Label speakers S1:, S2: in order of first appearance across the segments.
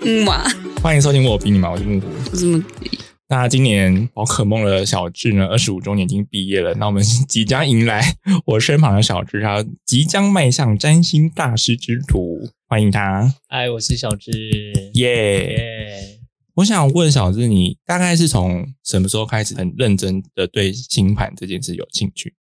S1: 木马，
S2: 欢迎收听我有比你忙，我是木谷。
S1: 我嗯怎么
S2: 那今年宝可梦的小智呢，二十五周年已经毕业了。那我们即将迎来我身旁的小智，他即将迈向占星大师之途，欢迎他，
S3: 嗨，哎我是小智。
S2: 耶、
S3: 耶！
S2: 我想问小智，你大概是从什么时候开始很认真的对星盘这件事有兴趣？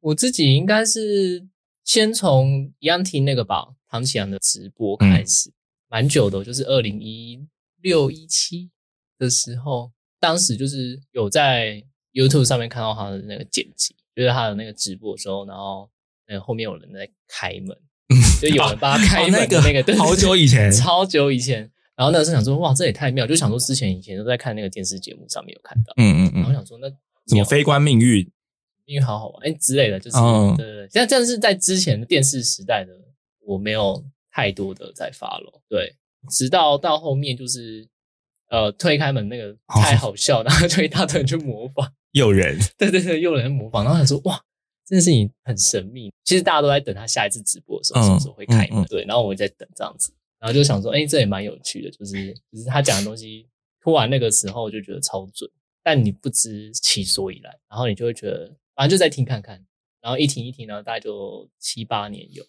S3: 我自己应该是先从一样听那个吧，唐启阳的直播
S2: 嗯
S3: 开始，蛮、久的哦，就是二零一六一七的时候，当时就是有在 YouTube 上面看到他的那个剪辑，就是他的那个直播的时候，然后呃后面有人在开门，
S2: 嗯
S3: 就有 人帮他开门的那个，对
S2: 哦好久以前，
S3: 超久以前。然后那时候想说，哇，这也太妙！就想说之前以前都在看那个电视节目上面有看到，
S2: 嗯嗯
S3: 然后
S2: 嗯，
S3: 想说那
S2: 什么非官命运，
S3: 因为好好玩哎、之类的，就是、
S2: 嗯
S3: 对对对，像这样是在之前的电视时代的，我没有太多的在 follow，对，直到到后面就是呃推开门那个
S2: 哦
S3: 太好笑，然后就一大堆人去模仿，
S2: 诱人，
S3: 对对对，又有人模仿，然后想说哇，这件事情很神秘，其实大家都在等他下一次直播的时候，
S2: 嗯
S3: 什么时候会开门，
S2: 嗯嗯
S3: 对，然后我在等这样子，然后就想说，哎、这也蛮有趣的，就是就是他讲的东西，突然那个时候就觉得超准，但你不知其所以然，然后你就会觉得，反正就再听看看，然后一听一听，然后大概就七八年有。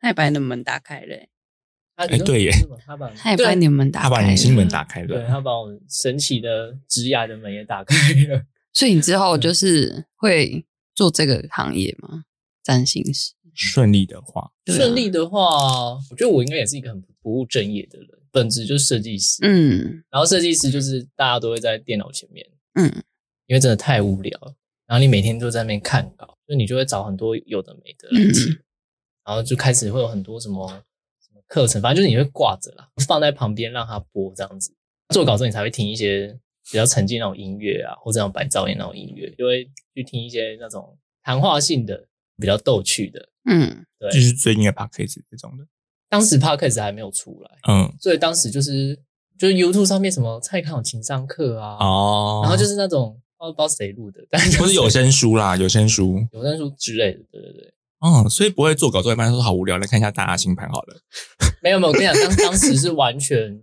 S1: 太白的门打开了欸？
S3: 哎
S2: 哎对耶，
S3: 他把
S1: 太白的门打
S2: 他
S1: 开了，
S2: 啊把你心门打开
S3: 对对
S2: 了，
S3: 他把我神奇的职涯的门也打开了。
S1: 所以你之后就是会做这个行业吗？占星师，
S2: 顺利的话，
S1: 对啊
S3: 顺利的话，我觉得我应该也是一个很不务正业的人，本质就是设计师。
S1: 嗯
S3: 然后设计师就是大家都会在电脑前面，
S1: 嗯，
S3: 因为真的太无聊了。然后你每天都在那边看稿，所以你就会找很多有的没的来听，然后就开始会有很多什么什么课程，反正就是你会挂着啦，放在旁边让它播这样子。做稿之后你才会听一些比较沉浸那种音乐啊，或者那种白噪音那种音乐，就会去听一些那种谈话性的、比较逗趣的。
S1: 嗯，
S3: 对，
S2: 就是最近的 p a c k a g e 这种的，
S3: 当时 podcast 还没有出来，
S2: 嗯，
S3: 所以当时就是就是 YouTube 上面什么蔡康永情商课啊，
S2: 哦，
S3: 然后就是那种不知道谁录的，但是
S2: 不是有声书啦，有声书，
S3: 有声书之类的，对对对，
S2: 嗯，所以不会做稿做一半说好无聊，来看一下大家星盘好了。
S3: 没有没有，我跟你讲，当当时是完全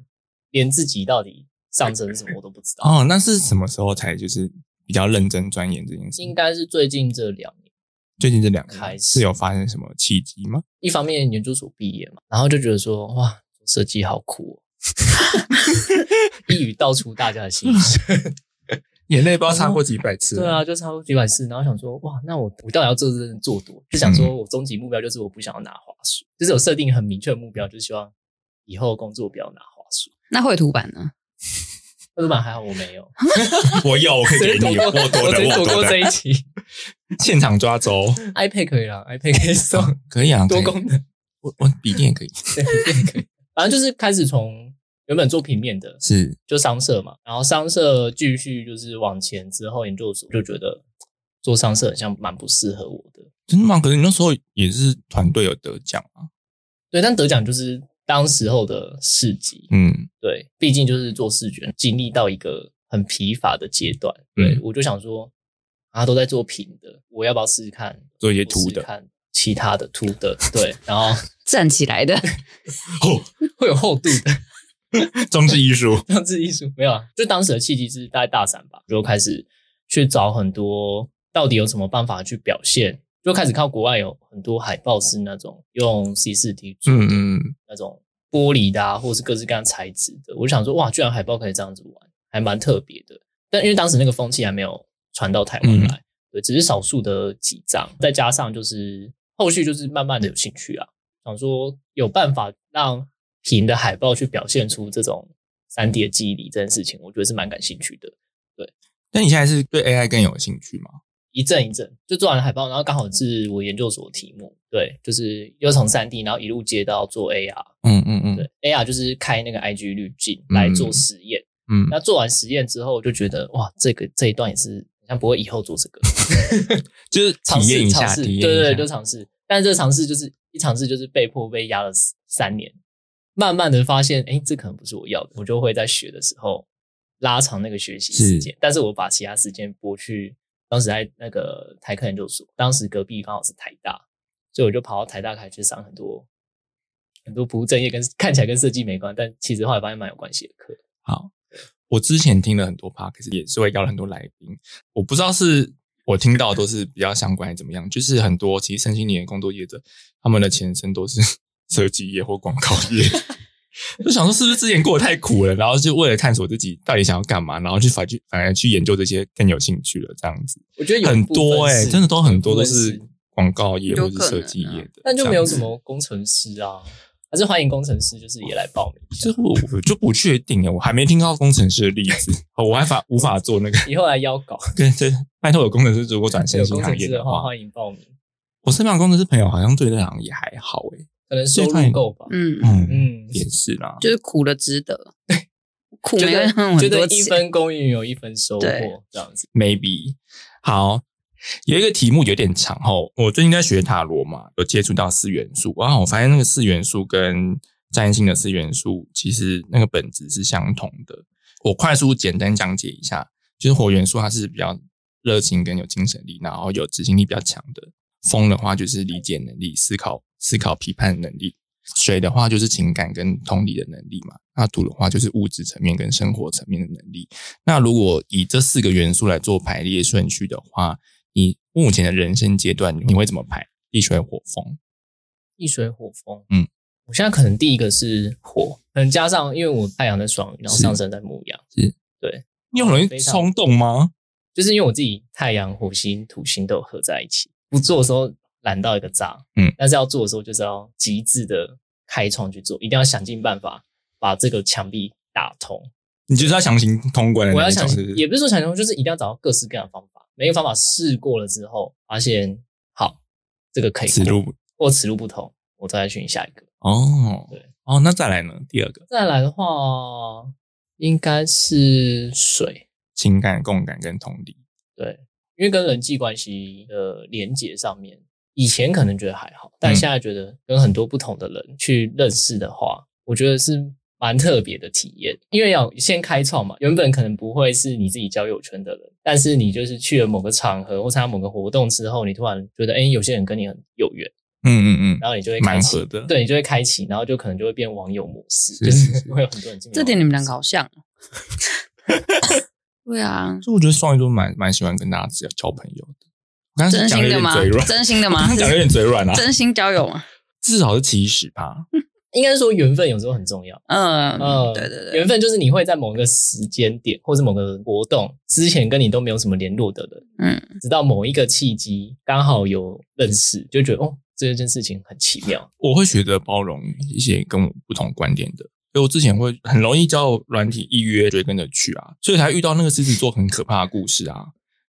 S3: 连自己到底上升什么我都不知道，
S2: 哦，那是什么时候才就是比较认真钻研这件事？
S3: 应该是最近这两年，
S2: 最近这两
S3: 开
S2: 年
S3: 始
S2: 是有发生什么契机吗？
S3: 一方面研究所毕业嘛，然后就觉得说哇，设计好 酷、哦。 一语道出大家的心声，
S2: 眼泪不知道擦过几百次了。
S3: 对啊，就差不多几百次，然后想说，哇，那我我到底要做这做多？就想
S2: 嗯
S3: 说我终极目标就是我不想要拿花束，就是有设定很明确的目标，就是希望以后工作不要拿花束。
S1: 那绘图版呢？
S3: 那老板还好我没有，
S2: 我有，我可以给你，我多
S3: 我
S2: 的，
S3: 只是
S2: 我
S3: 躲
S2: 多
S3: 过这
S2: 的，
S3: 一 期。
S2: 现场抓走，
S3: iPad 可以啦，iPad 可以送
S2: 可以啊，
S3: 多
S2: 可以
S3: 功能，
S2: 我我笔电也可以，
S3: 对，可以。反正就是开始从原本做平面的，
S2: 是
S3: 就商社嘛，然后商社继续就是往前之后研究所就觉得做商社好像蛮不适合我的，
S2: 真的吗？可是你那时候也是团队有得奖啊，
S3: 对，但得奖就是当时候的市集，
S2: 嗯，
S3: 对，毕竟就是做视觉，经历到一个很疲乏的阶段，对、
S2: 嗯
S3: 我就想说，啊，都在做平的，我要不要试试看
S2: 做一些
S3: 我
S2: 图
S3: 试试
S2: 的，
S3: 看其他的凸的，对，然 后
S1: 站起来 的，
S2: 哦，
S3: 会有厚度的，
S2: 装置艺术，
S3: 装置艺术没有啊，就当时的契机是大概大三吧，就开始去找很多到底有什么办法去表现，就开始看国外有很多海报是那种用 C 四 T 做
S2: 嗯
S3: 的
S2: 嗯，
S3: 那种玻璃的啊，或是各式各样材质的，我就想说哇，居然海报可以这样子玩，还蛮特别的。但因为当时那个风气还没有传到台湾来，对，只是少数的几张，再加上就是后续就是慢慢的有兴趣啊，想说有办法让平的海报去表现出这种三 D 的记忆力这件事情，我觉得是蛮感兴趣的。
S2: 那你现在是对 AI 更有兴趣吗？
S3: 一阵一阵就做完了海报，然后刚好是我研究所的题目，对，就是又从三 D 然后一路接到做 AR，
S2: 嗯嗯嗯
S3: 对，AR 就是开那个 IG 滤镜
S2: 嗯
S3: 来做实验。
S2: 嗯，
S3: 那做完实验之后，我就觉得哇，这个这一段也是，好像不会以后做这个，
S2: 就是
S3: 尝
S2: 体
S3: 试
S2: 验一
S3: 尝
S2: 下，
S3: 试，
S2: 体验
S3: 对
S2: 一
S3: 对对，
S2: 下
S3: 就尝试。但这个尝试就是一尝试就是被迫被压了三年，慢慢的发现，哎，这可能不是我要的，我就会在学的时候拉长那个学习时间，但是我把其他时间拨去当时在那个台科研究所，当时隔壁刚好是台大，所以我就跑到台大开始去上很多很多不务正业跟看起来跟设计没关，但其实后来发现蛮有关系的课。
S2: 好，我之前听了很多 podcast，也是会邀了很多来宾，我不知道是我听到都是比较相关还是怎么样，就是很多其实身心灵的工作业者，他们的前身都是 设计业或广告业。 就想说是不是之前过得太苦了，然后就为了探索自己到底想要干嘛，然后去反去反而去研究这些更有兴趣了，这样子
S3: 我觉得有
S2: 很
S3: 部分
S2: 多哎、
S3: 是
S2: 真的都很多
S3: 有
S2: 都
S3: 部分
S2: 是广告业
S1: 有
S2: 或
S1: 可能啊
S2: 是设计业的，
S3: 但就没有什
S2: 么。
S3: 么工程师啊，还是欢迎工程师，就是也来报名一下
S2: 这。我我就不确定欸了，我还没听到工程师的例子，哦我还法无法做那个。
S3: 以后来邀 稿，
S2: 跟这拜托有工程师如果转身
S3: 有
S2: 心
S3: 工
S2: 行
S3: 程
S2: 业
S3: 师
S2: 的
S3: 的
S2: 话
S3: 话，欢迎报名，
S2: 我身边的工程师朋友好像对这行也还好诶、
S3: 可能收入够吧。
S1: 嗯，
S2: 嗯，
S3: 嗯，
S2: 也是啦。
S1: 就是苦了值得， 苦
S3: 觉
S1: 没有
S3: 得
S1: 很
S3: 觉
S1: 多
S3: 得一
S1: 钱，
S3: 分耕耘有一分收
S1: 对
S3: 获，这样子。
S2: maybe 好。有一个题目有点长哦，我最近在学塔罗嘛，有接触到四元素，然后我发现那个四元素跟占星的四元素其实那个本质是相同的。我快速简单讲解一下，就是火元素它是比较热情跟有精神力，然后有执行力比较强的。风的话就是理解能力、思考、思考批判能力；水的话就是情感跟同理的能力嘛；那土的话就是物质层面跟生活层面的能力。那如果以这四个元素来做排列顺序的话，你目前的人生阶段你会怎么排？地水火风，
S3: 一水火风，
S2: 嗯，
S3: 我现在可能第一个是火，可能加上因为我太阳在双鱼，然后
S2: 是
S3: 上升在牧羊，
S2: 你很容易
S3: 非常
S2: 冲动吗？
S3: 就是因为我自己太阳、火星、土星都有合在一起，不做的时候懒到一个炸，
S2: 嗯
S3: 但是要做的时候就是要极致的开创去做，一定要想尽办法把这个墙壁打通。
S2: 你就是要强行通关的
S3: 我
S2: 那
S3: 要
S2: 一
S3: 想
S2: 种，是不，
S3: 也
S2: 是？
S3: 不是说想通，就是一定要找到各式各样的方法。每个方法试过了之后，发现好，这个可以
S2: 此
S3: 过，
S2: 路
S3: 或此路不通，我再来寻下一个。
S2: 哦
S3: 对，
S2: 哦，那再来呢？第二个
S3: 再来的话，应该是水，
S2: 情感共感跟同理，
S3: 对，因为跟人际关系的连接上面，以前可能觉得还好，但
S2: 嗯
S3: 现在觉得跟很多不同的人去认识的话，我觉得是蛮特别的体验。因为要先开创嘛，原本可能不会是你自己交友圈的人，但是你就是去了某个场合或参加某个活动之后，你突然觉得，哎，有些人跟你很有缘，
S2: 嗯嗯嗯，
S3: 然后你就会开
S2: 蛮
S3: 启
S2: 合，的，，
S3: 对你就会开启，然后就可能就会变网友模式，
S2: 是
S3: 就是是会有很多人进。
S1: 这点你们两个好像 哦。对啊，
S2: 所以我觉得双鱼座蛮蛮喜欢跟大家交交朋友的。我刚才
S1: 真
S2: 讲
S1: 心
S2: 得
S1: 的
S2: 有点
S1: 吗
S2: 嘴？软，
S1: 真心 的吗
S2: 刚？讲得有点嘴软啊，
S1: 真心交友吗？
S2: 至少是七十吧。
S3: 应该是说缘分有时候很重要。
S1: 嗯，
S3: 嗯，
S1: 对对对，
S3: 缘分就是你会在某个时间点或是某个活动之前跟你都没有什么联络的人，
S1: 嗯，
S3: 直到某一个契机刚好有认识，就觉得哦，这件事情很奇妙。
S2: 我会学着包容一些跟我不同观点的，所以我之前会很容易交友软体一约就会跟着去啊，所以才遇到那个狮子座很可怕的故事啊，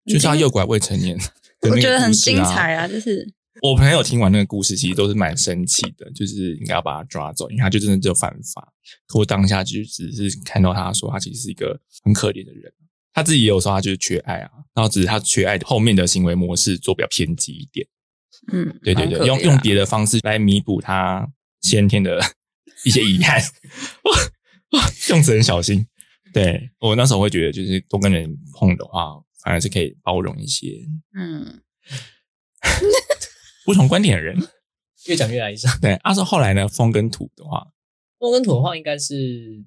S2: 就是他诱拐未成年 的那个
S1: 我觉得很
S2: 故事
S1: 精
S2: 啊
S1: 彩啊，就是
S2: 我朋友听完那个故事，其实都是蛮生气的，就是应该要把他抓走，因为他就真的就犯法。可我当下就只是看到他说，他其实是一个很可怜的人。他自己也有说，他就是缺爱啊，然后只是他缺爱后面的行为模式做比较偏激一点。
S1: 嗯，
S2: 对对
S1: 蛮
S2: 对，
S1: 可
S2: 用
S1: 怜啊
S2: 用别的方式来弥补他先天的 一些遗憾。哇哇，用词很小心。对我那时候会觉得，就是多跟人碰的话，反而是可以包容一些
S1: 嗯，
S2: 不同观点的人。
S3: 越讲越来上，
S2: 对，阿、啊、说后来呢，风跟土的话，
S3: 风跟土的话应该是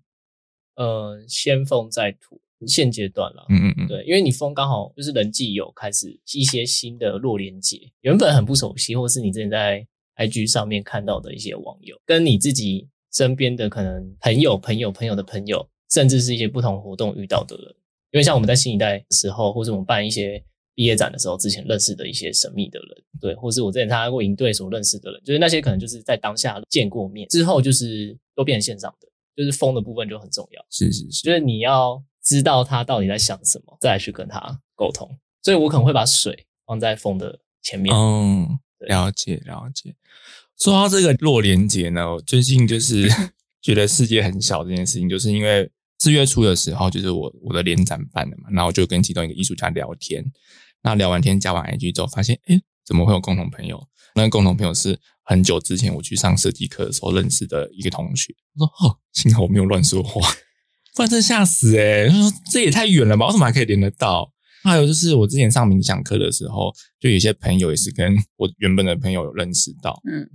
S3: 呃先风再土，现阶段啦。
S2: 嗯嗯嗯，
S3: 对，因为你风刚好就是人际有开始一些新的弱连接，原本很不熟悉，或是你之前在 IG 上面看到的一些网友，跟你自己身边的可能朋友、朋友、朋友的朋友，甚至是一些不同活动遇到的人。因为像我们在新一代的时候，或是我们办一些毕业展的时候，之前认识的一些神秘的人，对，或是我之前参加过营队所认识的人，就是那些可能就是在当下见过面之后，就是都变成线上的，就是风的部分就很重要。
S2: 是是是，
S3: 就是你要知道他到底在想什么，再来去跟他沟通。所以我可能会把水放在风的前面。
S2: 嗯，
S3: 对
S2: 了解了解。说到这个弱连结呢，我最近就是 觉得世界很小这件事情，就是因为四月初的时候，就是我我的联展办了嘛，然后我就跟其中一个艺术家聊天，那聊完天加完 IG 之后，发现诶怎么会有共同朋友？那个共同朋友是很久之前我去上设计课的时候认识的一个同学。我说哦，幸 好我没有乱说话，不然真吓死诶、欸、说这也太远了吧，为什么还可以连得到？还有就是我之前上冥想课的时候，就有些朋友也是跟我原本的朋友有认识到，
S1: 嗯，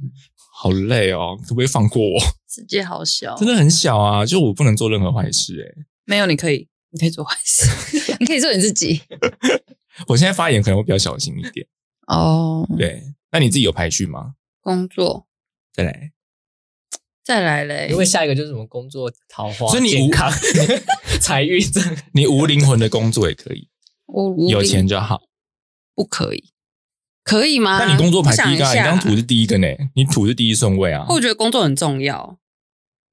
S2: 好累哦，可不可以放过我？
S1: 世界好小，
S2: 真的很小啊，就我不能做任何坏事欸诶、
S1: 没有你可以，你可以做坏 事，你可以做你自己
S2: 我现在发言可能会比较小心一点。
S1: 哦。
S2: 对，那你自己有排序吗？
S1: 工作
S2: 再来，
S1: 再来嘞
S3: 因，为下一个就是什么工作、桃花、
S2: 所以你无
S3: 健康、 财运这个
S2: 你无灵魂的工作也可以，
S1: 我嗯无
S2: 有
S1: 力
S2: 钱就好。
S1: 不可以，可以吗？
S2: 那你工作排第
S1: 想
S2: 一个、啊，你
S1: 下
S2: 刚土是第一个呢，你土是第一顺位啊。
S1: 我觉得工作很重要，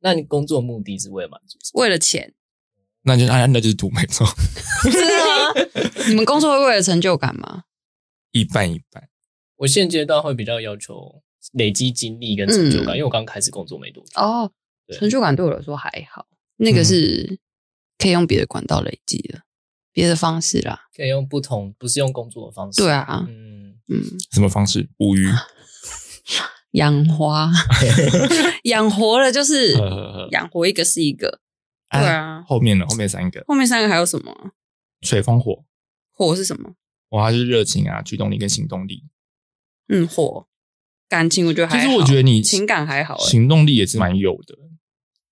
S3: 那你工作目的是为了满足什
S1: 为了钱，
S2: 那就啊，那就是土没错，
S1: 真的吗？啊你们工作会为了成就感吗？
S2: 一半一半。
S3: 么？我现阶段会比较要求累积经历跟成就感，
S1: 嗯
S3: 因为我刚开始工作没多久。
S1: 哦，
S3: 对
S1: 成就感对我来说还好，那个
S2: 嗯
S1: 是可以用别的管道累积的，别的方式啦。
S3: 可以用不同，不是用工作的方式。
S1: 对，啊，
S3: 嗯，
S1: 嗯，
S2: 什么方式？捕鱼。
S1: 啊养 花，养活了就是
S2: 呵呵呵
S1: 养活一个是一个，对啊。
S2: 呃后面呢？后面三个
S1: 后面三个还有什么啊？
S2: 水、风、火，
S1: 火是什么？
S2: 哇，它就是热情啊、驱动力跟行动力。
S1: 嗯，火。感情我觉得
S2: 其
S1: 还好，
S2: 实我觉得你
S1: 情感还好、欸，
S2: 行动力也是蛮有的。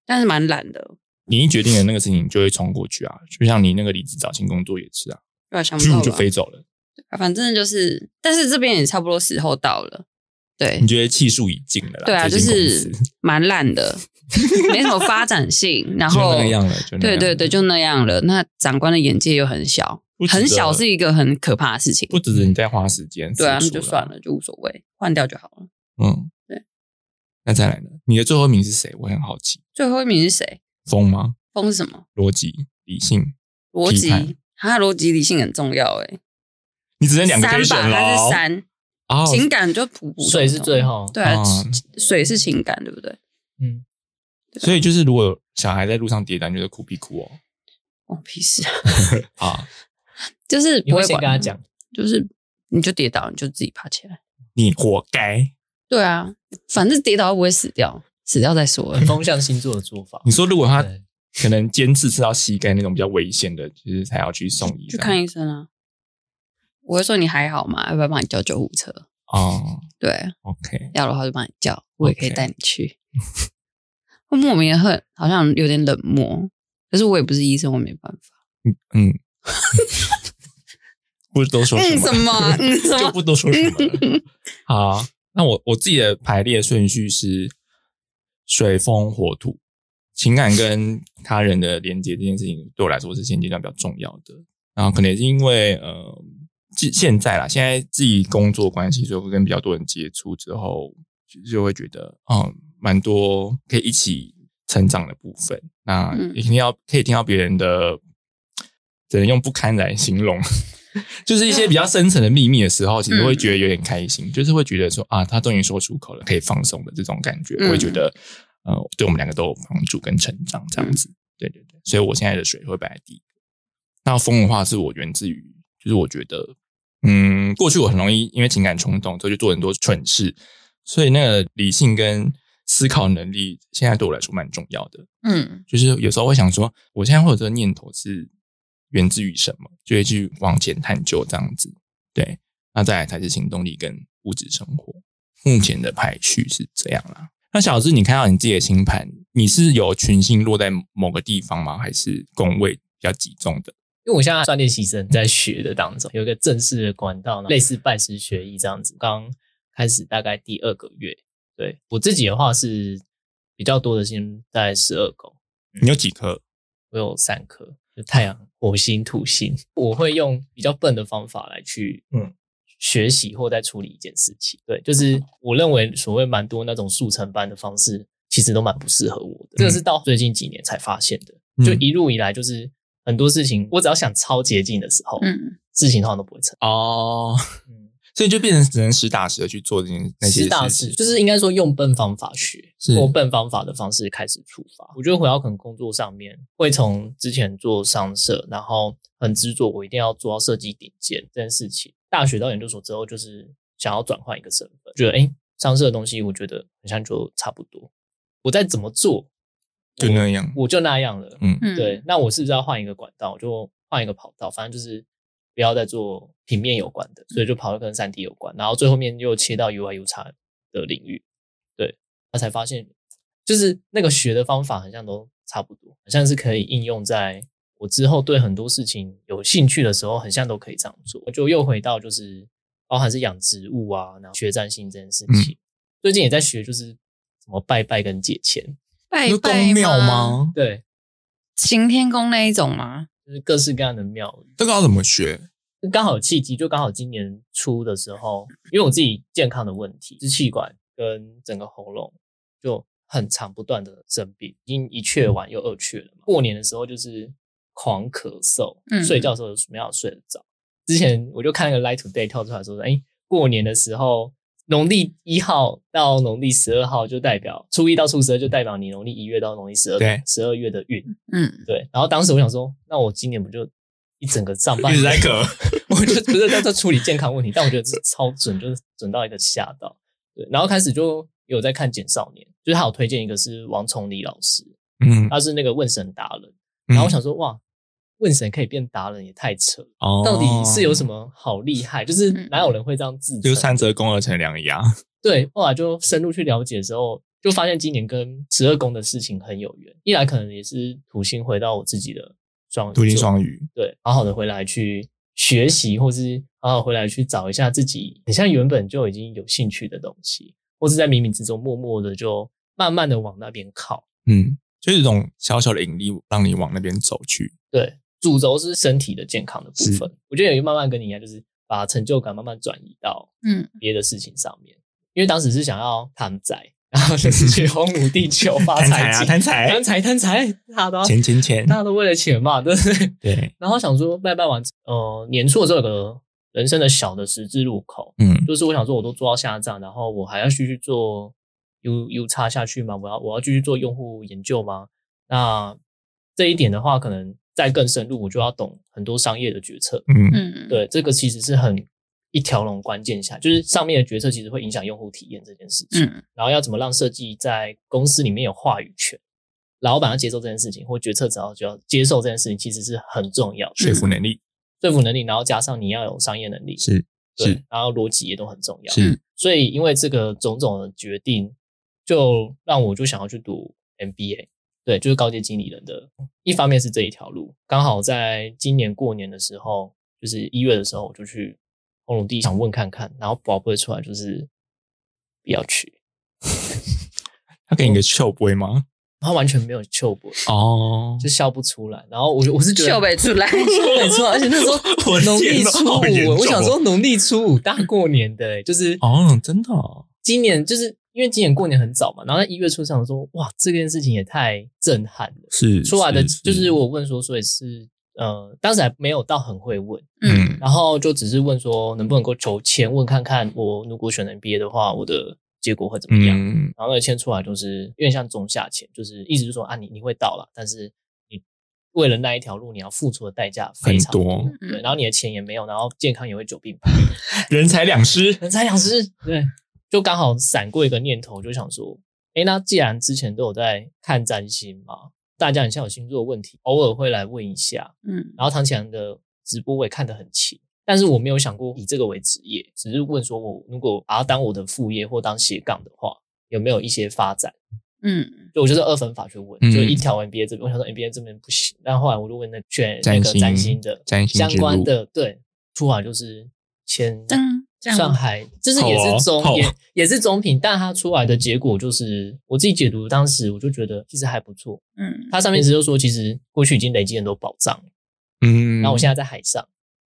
S1: 但是蛮懒的，
S2: 你一决定了那个事情，你就会冲过去啊。就像你那个离职找新工作也是啊，
S1: 对啊，想不到
S2: 咻就
S1: 吧？啊
S2: 飞走了。
S1: 反正就是，但是这边也差不多时候到了，对
S2: 你觉得气数已尽了啦？
S1: 对啊，
S2: 这
S1: 就
S2: 间
S1: 是
S2: 公司
S1: 蛮烂 的，没什么发展性，然
S2: 就
S1: 后
S2: 那样了，就那样
S1: 对对对，就那样了。那长官的眼界又很小
S2: 不，值得
S1: 很小是一个很可怕的事情。
S2: 不只是你在花时间，
S1: 对啊，那
S2: 付出
S1: 就算。了，就无所谓，换掉就好了。
S2: 嗯，
S1: 对。
S2: 那再来呢？你的最后一名是谁？我很好奇。
S1: 最后一名是谁？
S2: 风吗？
S1: 风是什么？
S2: 逻辑、理性，
S1: 逻
S2: 批判
S1: 辑，他逻辑理性很重要哎。
S2: 你只剩两个可
S1: 三
S2: 以选
S1: 吧，
S2: 了。
S1: 他是三，
S2: 哦，
S1: 情感就普普通通
S3: 水是最哦后。
S1: 对啊
S2: 嗯，
S1: 水是情感，对不对？
S3: 嗯，
S2: 所以就是如果有小孩在路上跌倒，你就是哭必哭哦。
S1: 哦，屁事啊，
S2: 啊，
S1: 就是
S3: 你
S1: 不
S3: 会
S1: 会
S3: 先
S1: 管
S3: 跟他 讲，
S1: 就是你就跌倒，你就自己爬起来。
S2: 你活该。
S1: 对啊，反正跌倒又不会死掉，死掉再说了。
S3: 风象星座的做法
S2: 你。说如果他
S3: 对
S2: 可能尖刺刺到膝盖那种比较危险的，其实才要去送医
S1: 去
S2: 这样。
S1: 看医生啊。我会说你还好吗？要不要帮你叫救护车？
S2: 哦
S1: 对，
S2: ，OK，
S1: 要的话就帮你叫，我也可以
S2: OK
S1: 带你去。我莫名的很好像有点冷漠，可是我也不是医生，我没办法。
S2: 嗯， 不多说什
S1: 嗯，
S2: 么，
S1: 什么啊？嗯，什
S2: 就
S1: 么？
S2: 不多说什么了。好，那我我自己的排列顺序是水、风、火、土。情感跟他人的连接这件事情，对我来说是现阶段比较重要的。然后可能也是因为呃，现现在啦，现在自己工作关系，所以会跟比较多人接触之后，就就会觉得嗯，蛮多可以一起成长的部分。那
S1: 嗯
S2: 也听到可以听到别人的，只能用不堪来形容， 就是一些比较深层的秘密的时候，其实会觉得有点开心，就是会觉得说啊，他终于说出口了，可以放松的这种感觉，
S1: 嗯
S2: 我会觉得呃，对我们两个都有帮助跟成长这样子。对对对，所以我现在的水会摆在第一个。那风的话，是我源自于，就是我觉得，嗯，过去我很容易因为情感冲动，所以就做很多蠢事，所以那个理性跟思考能力，现在对我来说蛮重要的。
S1: 嗯
S2: 就是有时候会想说，我现在会有这个念头是源自于什么，就会去往前探究这样子。对，那再来才是行动力跟物质生活。目前的排序是这样啦。那小智，你看到你自己的星盘，你是有群星落在某个地方吗？还是宫位比较集中的？
S3: 因为我现在算练习生在学的当中，有一个正式的管道，类似拜师学艺这样子。刚开始大概第二个月，对我自己的话是比较多的，现在十二宫，
S2: 你有几颗？
S3: 我有三颗，就太阳、火星、土星。我会用比较笨的方法来去
S2: 嗯
S3: 嗯学习或在处理一件事情。对，就是我认为所谓蛮多那种速成班的方式，其实都蛮不适合我的。这个是到最近几年才发现的，
S2: 嗯
S3: 就一路以来就是很多事情，我只要想超捷径的时候，
S1: 嗯，
S3: 事情通常都不会成。
S2: 哦，
S3: 嗯，
S2: 所以就变成只能实打实的去做这件那些
S3: 实打
S2: 事
S3: 实
S2: 情
S3: 就是应该说用笨方法学，
S2: 是
S3: 或笨方法的方式开始出发。我觉得回到可能工作上面，会从之前做上色，然后很执着我一定要做到设计顶尖这件事情。大学到研究所之后，就是想要转换一个身份，觉得诶上色的东西我觉得好像就差不多，我再怎么做
S2: 就那样。
S3: 我就那样了。
S2: 嗯
S1: 嗯
S3: 对，那我是不是要换一个管道，我就换一个跑道？反正就是不要再做平面有关的，所以就跑到跟三 D 有关，然后最后面又切到 UI U 叉的领域，对，他才发现就是那个学的方法好像都差不多，好像是可以应用在我之后对很多事情有兴趣的时候，很像都可以这样做。我就又回到就是包含是养植物啊，然后学占星这件事情，最近也在学就是怎么拜拜跟解签，
S1: 拜
S2: 是
S1: 拜
S2: 公庙？吗？
S3: 对，
S1: 行天宫那一种吗？
S3: 就是各式各样的庙宇。
S2: 这个要怎么学？
S3: 刚好契机，就刚好今年初的时候，因为我自己健康的问题，支气管跟整个喉咙就很长不断的生病，已经一确完又二确了嘛。过年的时候就是狂咳嗽，
S1: 嗯
S3: 睡觉的时候没有睡得着。之前我就看那个 Light Today 跳出来说，哎，过年的时候，农历一号到农历十二号就代表初一到初十二就代表你农历一月到农历十二
S2: 对
S3: 十二月的运，
S1: 嗯，
S3: 对。然后当时我想说，那我今年不就一整个上半
S2: 一
S3: 年
S2: 直在咳，
S3: 我就不是在在处理健康问题，但我觉得这超准，就是准到一个吓到。对，然后开始就有在看《简少年》，就是他有推荐一个是王崇礼老师，
S2: 嗯，
S3: 他是那个问神达人。 然后我想说，哇，问神可以变达人也太扯了，
S2: 哦
S3: 到底是有什么好厉害？就是
S1: 嗯
S3: 哪有人会这样自
S2: 就是
S3: 称？
S2: 三折肱而成良牙，
S3: 对，后来就深入去了解之后，就发现今年跟十二宫的事情很有缘。一来可能也是土星回到我自己的双鱼
S2: 土星
S3: 座
S2: 双鱼，
S3: 对，好好的回来去学习，或是好好回来去找一下自己很像原本就已经有兴趣的东西，或是在冥冥之中默默的就慢慢的往那边靠。
S2: 嗯，就是一种小小的引力，让你往那边走去。
S3: 对，主轴是身体的健康的部
S2: 是
S3: 分，我觉得也慢慢跟你一样，就是把成就感慢慢转移到
S1: 嗯，
S3: 别的事情上面。因为当时是想要贪财，然后就是 去红土地球发财经，
S2: 贪财
S3: 贪财贪财，大家都要
S2: 啊钱钱钱
S3: 大，家都为了钱嘛，对不对？
S2: 对，
S3: 然后想说拜拜完，呃，年初的这个人生的小的十字路口，
S2: 嗯，
S3: 就是我想说我都做到下站，然后我还要继续做 U U 叉下去吗？我要我要继续做用户研究吗？那这一点的话，可能再更深入，我就要懂很多商业的决策。
S2: 嗯，
S1: 嗯，
S3: 对，这个其实是很一条龙关键下，就是上面的决策其实会影响用户体验这件事情。
S1: 嗯，
S3: 然后要怎么让设计在公司里面有话语权，老板要接受这件事情，或决策者要就要接受这件事情，其实是很重要的。
S2: 说服能力
S3: 说服能力，然后加上你要有商业能力，
S2: 是
S3: 对
S2: 是，
S3: 然后逻辑也都很重要。
S2: 是，
S3: 所以因为这个种种的决定，就让我就想要去读 MBA，对，就是高阶经理人的。一方面是这一条路，刚好在今年过年的时候，就是一月的时候，我就去红鲁地想问看看，然后宝贝出来就是不要去，
S2: 他给你个秀杯吗？
S3: 他完全没有秀博，
S2: 哦
S3: 就笑不出来。然后我就我是觉得
S1: 秀北出来，
S3: 就没错，而且那时候
S2: 我的
S3: 农历
S2: 天哪
S3: 初
S2: 好严
S3: 五，
S2: 重
S3: 我想说农历初五大过年的、欸，就是
S2: 哦，真的哦
S3: 今年就是因为今年过年很早嘛，然后在一月初想说，哇，这件事情也太震撼了。
S2: 是
S3: 出来的就是，我问说，所以是呃，当时还没有到很会问，
S1: 嗯，
S3: 然后就只是问说能不能够求签，问看看我如果选人毕业的话，我的结果会怎么样。
S2: 嗯，
S3: 然后那个签出来就是有点像中下签，就是意思就是说啊，你你会到了，但是你为了那一条路，你要付出的代价非常
S2: 很多
S3: 对，然后你的钱也没有，然后健康也会久病吧，
S2: 人财两失，
S3: 人财两失，对， 就刚好闪过一个念头，就想说，哎，那既然之前都有在看占星嘛，大家很像有星座的问题，偶尔会来问一下，
S1: 嗯，
S3: 然后唐启阳的直播我也看得很勤，但是我没有想过以这个为职业，只是问说我如果把它当我的副业或当斜杠的话，有没有一些发展？
S1: 嗯，
S3: 就我就是二分法去问，
S2: 嗯
S3: 就一条 MBA 这边，我想说 MBA 这边不行，但后来我就问那选那
S2: 占
S3: 个
S2: 星
S3: 占星的
S2: 占星
S3: 相
S2: 之
S3: 关
S2: 路
S3: 的，对，出来就是签
S1: 噔，这样
S3: 上
S1: 吗，
S3: 海，就是也
S2: 好哦
S3: 是中、
S2: 好哦
S3: 也也是中品，但它出来的结果就是我自己解读，当时我就觉得其实还不错。
S1: 嗯，
S3: 它上面只是说，其实过去已经累积很多宝藏了，
S2: 嗯，
S3: 然后我现在在海上，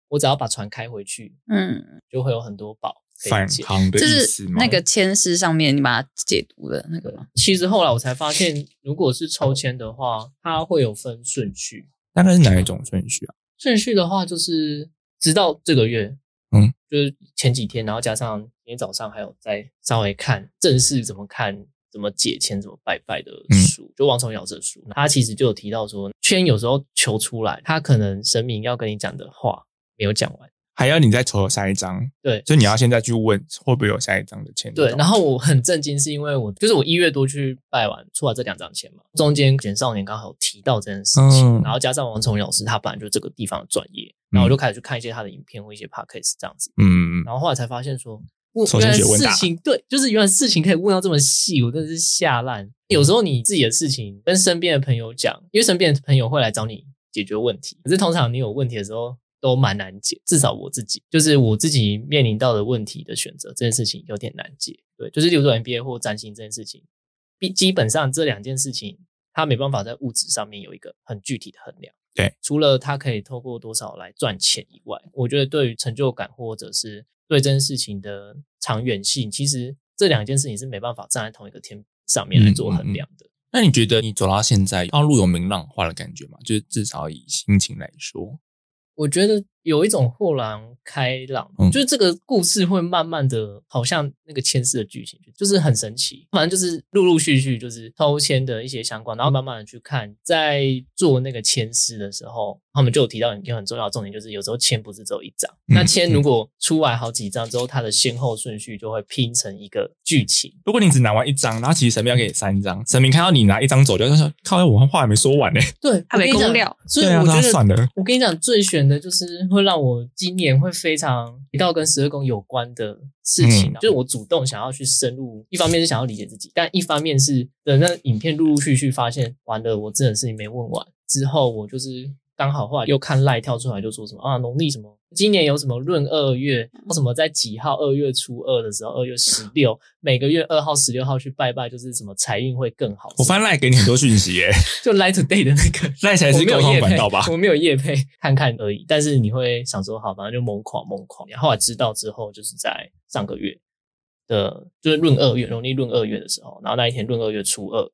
S3: 我只要把船开回去，
S1: 嗯，
S3: 就会有很多宝可以
S2: 反
S3: 捡。
S2: 抗的
S1: 就
S2: 意
S1: 是
S2: 思吗？
S1: 那个签诗上面你把它解读的那个吗，
S3: 其实后来我才发现，如果是抽签的话，它会有分顺序，
S2: 大概是哪一种顺序啊？
S3: 顺序的话就是直到这个月，
S2: 嗯，
S3: 就是前几天，然后加上今天早上还有再稍微看正式怎么看、怎么解签、怎么拜拜的
S2: 嗯
S3: 书，就王重尧这书，他其实就有提到说，圈有时候求出来，他可能神明要跟你讲的话没有讲完，
S2: 还要你再抽下一张，
S3: 对
S2: 所以你要现在去问会不会有下一张的签到。
S3: 对，然后我很震惊，是因为我就是我一月多去拜完，出了这两张签嘛，中间简少年刚好有提到这件事情，
S2: 嗯
S3: 然后加上王崇宇老师他本来就这个地方的专业，然后我就开始去看一些他的影片或一些 podcast 这样子，
S2: 嗯，
S3: 然后后来才发现说，我
S2: 首
S3: 原
S2: 先
S3: 来
S2: 学问
S3: 事
S2: 大
S3: 情对，就是原来事情可以问到这么细，我真的是吓烂。有时候你自己的事情跟身边的朋友讲，因为身边的朋友会来找你解决问题，可是通常你有问题的时候都蛮难解，至少我自己就是我自己面临到的问题的选择这件事情有点难解。对，就是例如说 NBA 或占星这件事情，基基本上这两件事情，它没办法在物质上面有一个很具体的衡量。
S2: 对，
S3: 除了它可以透过多少来赚钱以外，我觉得对于成就感或者是对这件事情的长远性，其实这两件事情是没办法站在同一个天上面来做衡量的。
S2: 那你觉得你走到现在，道路有明朗化的感觉吗？就是至少以心情来说，
S3: 我觉得有一种豁然开朗，
S2: 嗯
S3: 就是这个故事会慢慢的，好像那个签诗的剧情，就是很神奇。反正就是陆陆续续就是抽签的一些相关，然后慢慢的去看，在做那个签诗的时候，他们就有提到一个很重要的重点，就是有时候签不是只有一张，
S2: 嗯
S3: 那签如果出来好几张之后，它的先后顺序就会拼成一个剧情。
S2: 如果你只拿完一张，然后其实神明要给你三张，神明看到你拿一张走，就说：“靠，我话还没说完呢、
S3: 对，
S1: 他没
S3: 我跟你讲
S1: 公料
S3: 所以
S2: 对啊
S3: 我觉
S2: 那
S3: 得
S2: 算了
S3: 我跟你讲，最选的就是会让我今年会非常提到跟十二宫有关的事情、
S2: 嗯
S3: 啊，就是我主动想要去深入，一方面是想要理解自己，但一方面是等那影片陆陆续续发现，完了我这件事情没问完之后，我就是刚好后来又看赖跳出来就说什么啊农历什么。今年有什么闰二月，什么在几号？二月初二的时候，二月十六，每个月二号、十六号去拜拜，就是什么财运会更好。
S2: 我发现赖给你很多讯息 耶、
S3: 就 Light Today 的那个
S2: 赖才是沟通管道吧？
S3: 我没有夜配，看看而已。但是你会想说，好，反正就猛狂猛狂。然后后来知道之后，就是在上个月的，就是闰二月，农历闰二月的时候，然后那一天闰二月初二，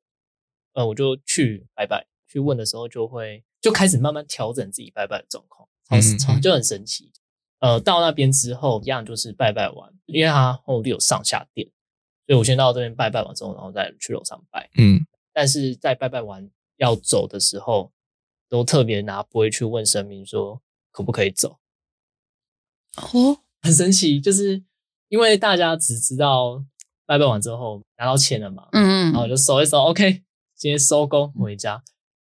S3: 呃，我就去拜拜，去问的时候就会就开始慢慢调整自己拜拜的状况，超
S2: 嗯
S3: 超
S2: 嗯
S3: 就很神奇。呃，到那边之后，一样就是拜拜完，因为它后面有上下店，所以我先到这边拜拜完之后，然后再去楼上拜。
S2: 嗯，
S3: 但是在拜拜完要走的时候，都特别拿不会去问神明说可不可以走，
S1: 哦，
S3: 很神奇，就是因为大家只知道拜拜完之后拿到钱了嘛，
S1: 嗯
S3: 然后
S1: 嗯，
S3: 就收一收，OK，今天收工回家。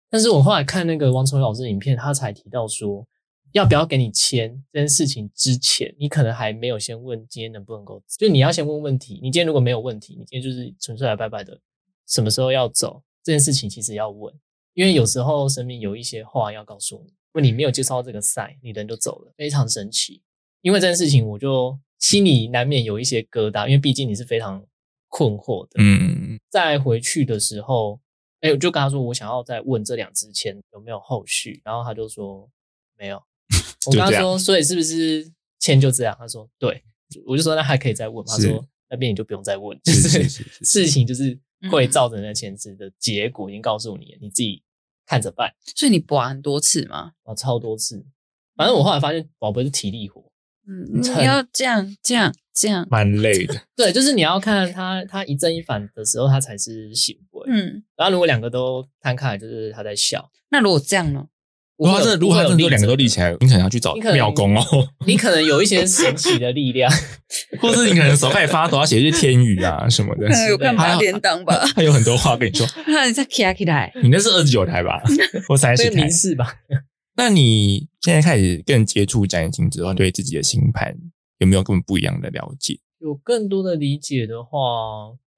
S3: 但是我后来看那个王崇宇老师的影片，他才提到说，要不要给你签这件事情之前，你可能还没有先问今天能不能够，就你要先问问题。你今天如果没有问题，你今天就是纯粹来拜拜的，什么时候要走这件事情，其实要问，因为有时候神明有一些话要告诉你，如果你没有接受到这个赛，你人就走了，非常神奇。因为这件事情，我就心里难免有一些疙瘩，因为毕竟你是非常困惑的，
S2: 嗯，
S3: 再回去的时候，哎、我就跟他说我想要再问这两支签有没有后续，然后他就说 没有。我跟他
S2: 就这
S3: 说，
S2: 样
S3: 所以是不是签就这样？他说对，我就说那还可以再问吗。他
S2: 是
S3: 说那边你就不用再问，就是
S2: 是
S3: 是
S2: 是是
S3: 事情就是会
S1: 嗯
S3: 造成那签字的结果已经告诉你了，你自己看着办。
S1: 所以你拔很多次吗？
S3: 啊，超多次，反正我后来发现宝贝是体力活，
S1: 嗯，
S3: 很
S1: 你要这样这样这样，
S2: 蛮累 的。
S3: 对，就是你要看他他一正一反的时候，他才是醒过来。
S1: 嗯，
S3: 然后如果两个都摊开来，就是他在笑。
S1: 那如果这样呢？
S2: 如果
S3: 会
S2: 他
S3: 有
S2: 真的，如果他真的两个都立起，来，你可能要去找
S3: 你可能
S2: 庙公哦，
S3: 你可能有一些神奇的力量，
S2: 或是你可能手开始发抖，要写一些天语啊什么的。
S1: 那 有看
S2: 还
S1: 八
S2: 有
S1: 点档 吧？
S2: 他有很多话跟 你说，
S1: 那你再起来起来，
S2: 你那是二十九 台吧，或三
S3: 这
S2: 十
S3: 个
S2: 台
S3: 明？示吧。
S2: 那你现在开始更接触占星之后，对自己的星盘有没有更不一样的了解？
S3: 有更多的理解的话，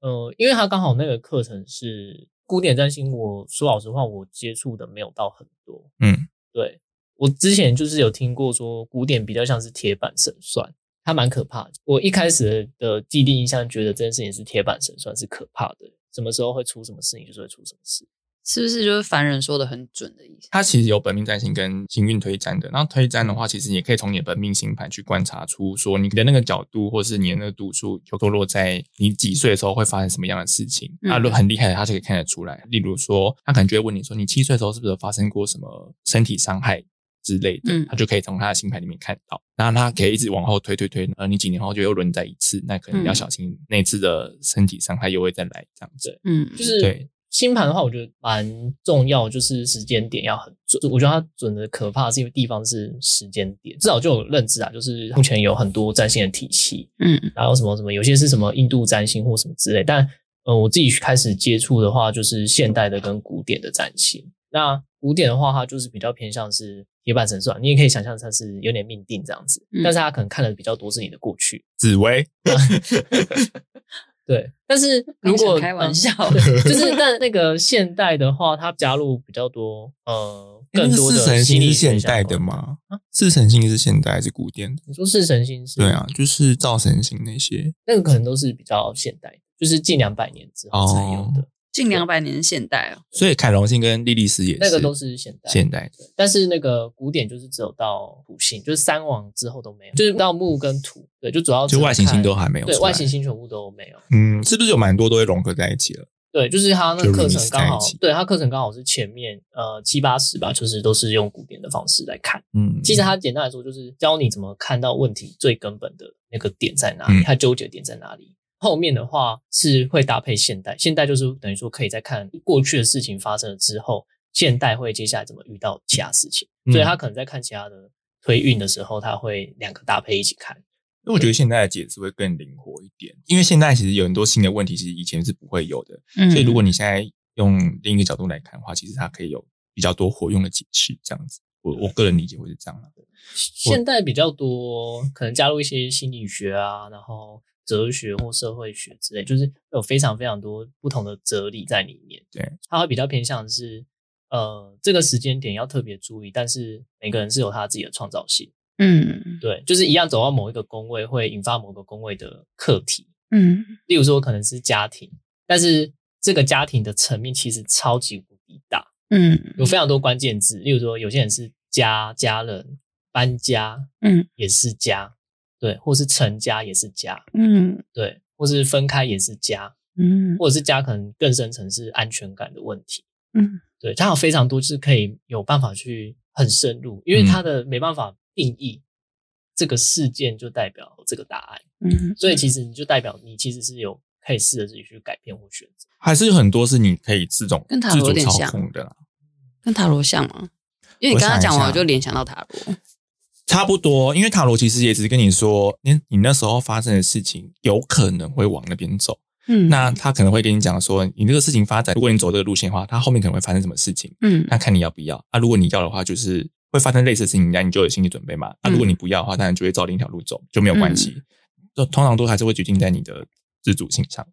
S3: 呃，因为他刚好那个课程是古典占星，我说老实话，我接触的没有到很多。
S2: 嗯，
S3: 对我之前就是有听过说，古典比较像是铁板神算，它蛮可怕的。我一开始的既定印象觉得这件事情是铁板神算是可怕的，什么时候会出什么事情就是会出什么事。
S1: 是不是就是凡人说的很准的意思？
S2: 它其实有本命占星跟行运推占的。然后推占的话，其实也可以从你的本命星盘去观察出，说你的那个角度或是你的那个度数有脱落在你几岁的时候会发生什么样的事情。
S1: 嗯
S2: 啊，如果很厉害的，他就可以看得出来。例如说，他可能就会问你说，你七岁的时候是不是有发生过什么身体伤害？之类的
S1: 嗯，
S2: 他就可以从他的星盘里面看到，然后他可以一直往后推推推，呃，你几年后就又轮再一次，那可能你要
S1: 嗯
S2: 小心那次的身体伤害又会再来这样子。
S1: 嗯，
S3: 就是
S2: 对
S3: 星盘的话，我觉得蛮重要，就是时间点要很准。我觉得它准的可怕是因为地方是时间点，至少就有认知啊，就是目前有很多占星的体系，
S1: 嗯
S3: 然后什么什么，有些是什么印度占星或什么之类。但呃，我自己开始接触的话，就是现代的跟古典的占星。那古典的话，它就是比较偏向是铁板神算，你也可以想象它是有点命定这样子，
S1: 嗯
S3: 但是它可能看的比较多是你的过去。
S2: 紫薇，
S3: 对，但是如
S1: 刚
S3: 果
S1: 想开玩
S3: 嗯
S1: 笑
S3: 对就是但那个现代的话，它加入比较多呃更多
S2: 四
S3: 的
S2: 神
S3: 心
S2: 星是
S3: 理学
S2: 现
S3: 相
S2: 代
S3: 关
S2: 的？吗
S3: 啊？
S2: 四神星是现代还是古典的？
S3: 你说四神星是？
S2: 对，啊，就是造神星那些。
S3: 那个可能都是比较现代，就是近两百年之后才有
S2: 哦
S3: 的，
S1: 近两百年现代哦，
S2: 所以凯龙星跟莉莉丝也是
S3: 那个都是现代。
S2: 现代的。
S3: 但是那个古典就是只有到土星，就是三王之后都没有，就是到木跟土，对，就主要只
S2: 就
S3: 能
S2: 外行星
S3: 看
S2: 都还没有出
S3: 对
S2: 来，
S3: 外行星全部都没有。
S2: 嗯，是不是有蛮多都会融合在一起了？
S3: 对，就是他那个课程刚
S2: 就 remix 在
S3: 好
S2: 一起，
S3: 对他课程刚好是前面呃七八十吧，就是都是用古典的方式来看。
S2: 嗯，
S3: 其实它简单来说就是教你怎么看到问题最根本的那个点在哪里，
S2: 嗯
S3: 它纠结点在哪里。后面的话是会搭配现代，现代就是等于说可以再看过去的事情发生了之后，现代会接下来怎么遇到其他事情，
S2: 嗯
S3: 所以他可能在看其他的推运的时候，他会两个搭配一起看。
S2: 因为我觉得现在的解释会更灵活一点，因为现在其实有很多新的问题，其实以前是不会有的。
S1: 嗯
S2: 所以如果你现在用另一个角度来看的话，其实它可以有比较多活用的解释，这样子。我我个人理解会是这样啦
S3: 现代比较多，可能加入一些心理学啊，然后哲学或社会学之类，就是有非常非常多不同的哲理在里面。
S2: 对，
S3: 它会比较偏向是，呃，这个时间点要特别注意，但是每个人是有他自己的创造性。
S1: 嗯
S3: 对，就是一样走到某一个宫位，会引发某个宫位的课题。
S1: 嗯
S3: 例如说，可能是家庭，但是这个家庭的层面其实超级无敌大。
S1: 嗯
S3: 有非常多关键字，例如说有些人是家家人搬家，
S1: 嗯，
S3: 也是家，对，或是成家也是家，
S1: 嗯
S3: 对，或是分开也是家，
S1: 嗯
S3: 或者是家可能更深层是安全感的问题，
S1: 嗯
S3: 对，它有非常多就是可以有办法去很深入，因为它的没办法定义、这个事件就代表这个答案，
S1: 嗯，
S3: 所以其实你就代表你其实是有可以试着自己去改变或选择。
S2: 还是有很多是你可以自种
S1: 跟塔
S2: 自
S1: 罗有
S2: 主
S1: 点
S2: 操
S1: 像
S2: 控的啦，
S1: 跟塔罗像吗？因为你刚刚讲完，我就联想到塔罗。
S2: 差不多。因为塔罗其实也只是跟你说，你你那时候发生的事情有可能会往那边走，
S1: 嗯，
S2: 那他可能会跟你讲说，你这个事情发展，如果你走这个路线的话，它后面可能会发生什么事情。
S1: 嗯
S2: 那看你要不要。啊，如果你要的话，就是会发生类似的事情，那你就有心理准备嘛。啊，如果你不要的话，当然就会照另一条路走，就没有关系。就通常都还是会决定在你的自主性上，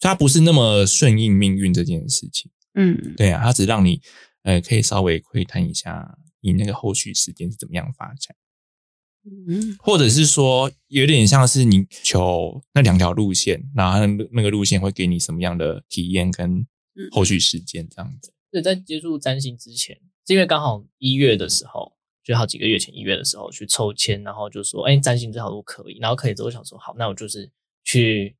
S2: 所以它不是那么顺应命运这件事情。
S1: 嗯
S2: 对啊，它只让你呃可以稍微窥探一下你那个后续时间是怎么样发展，
S1: 嗯
S2: 或者是说有点像是你求那两条路线，然后它那那个路线会给你什么样的体验跟后续时间这样子。
S3: 对，在接触占星之前，是因为刚好一月的时候，就好几个月前一月的时候去抽签，然后就说，哎，占星这条路可以，然后可以之后想说，好，那我就是去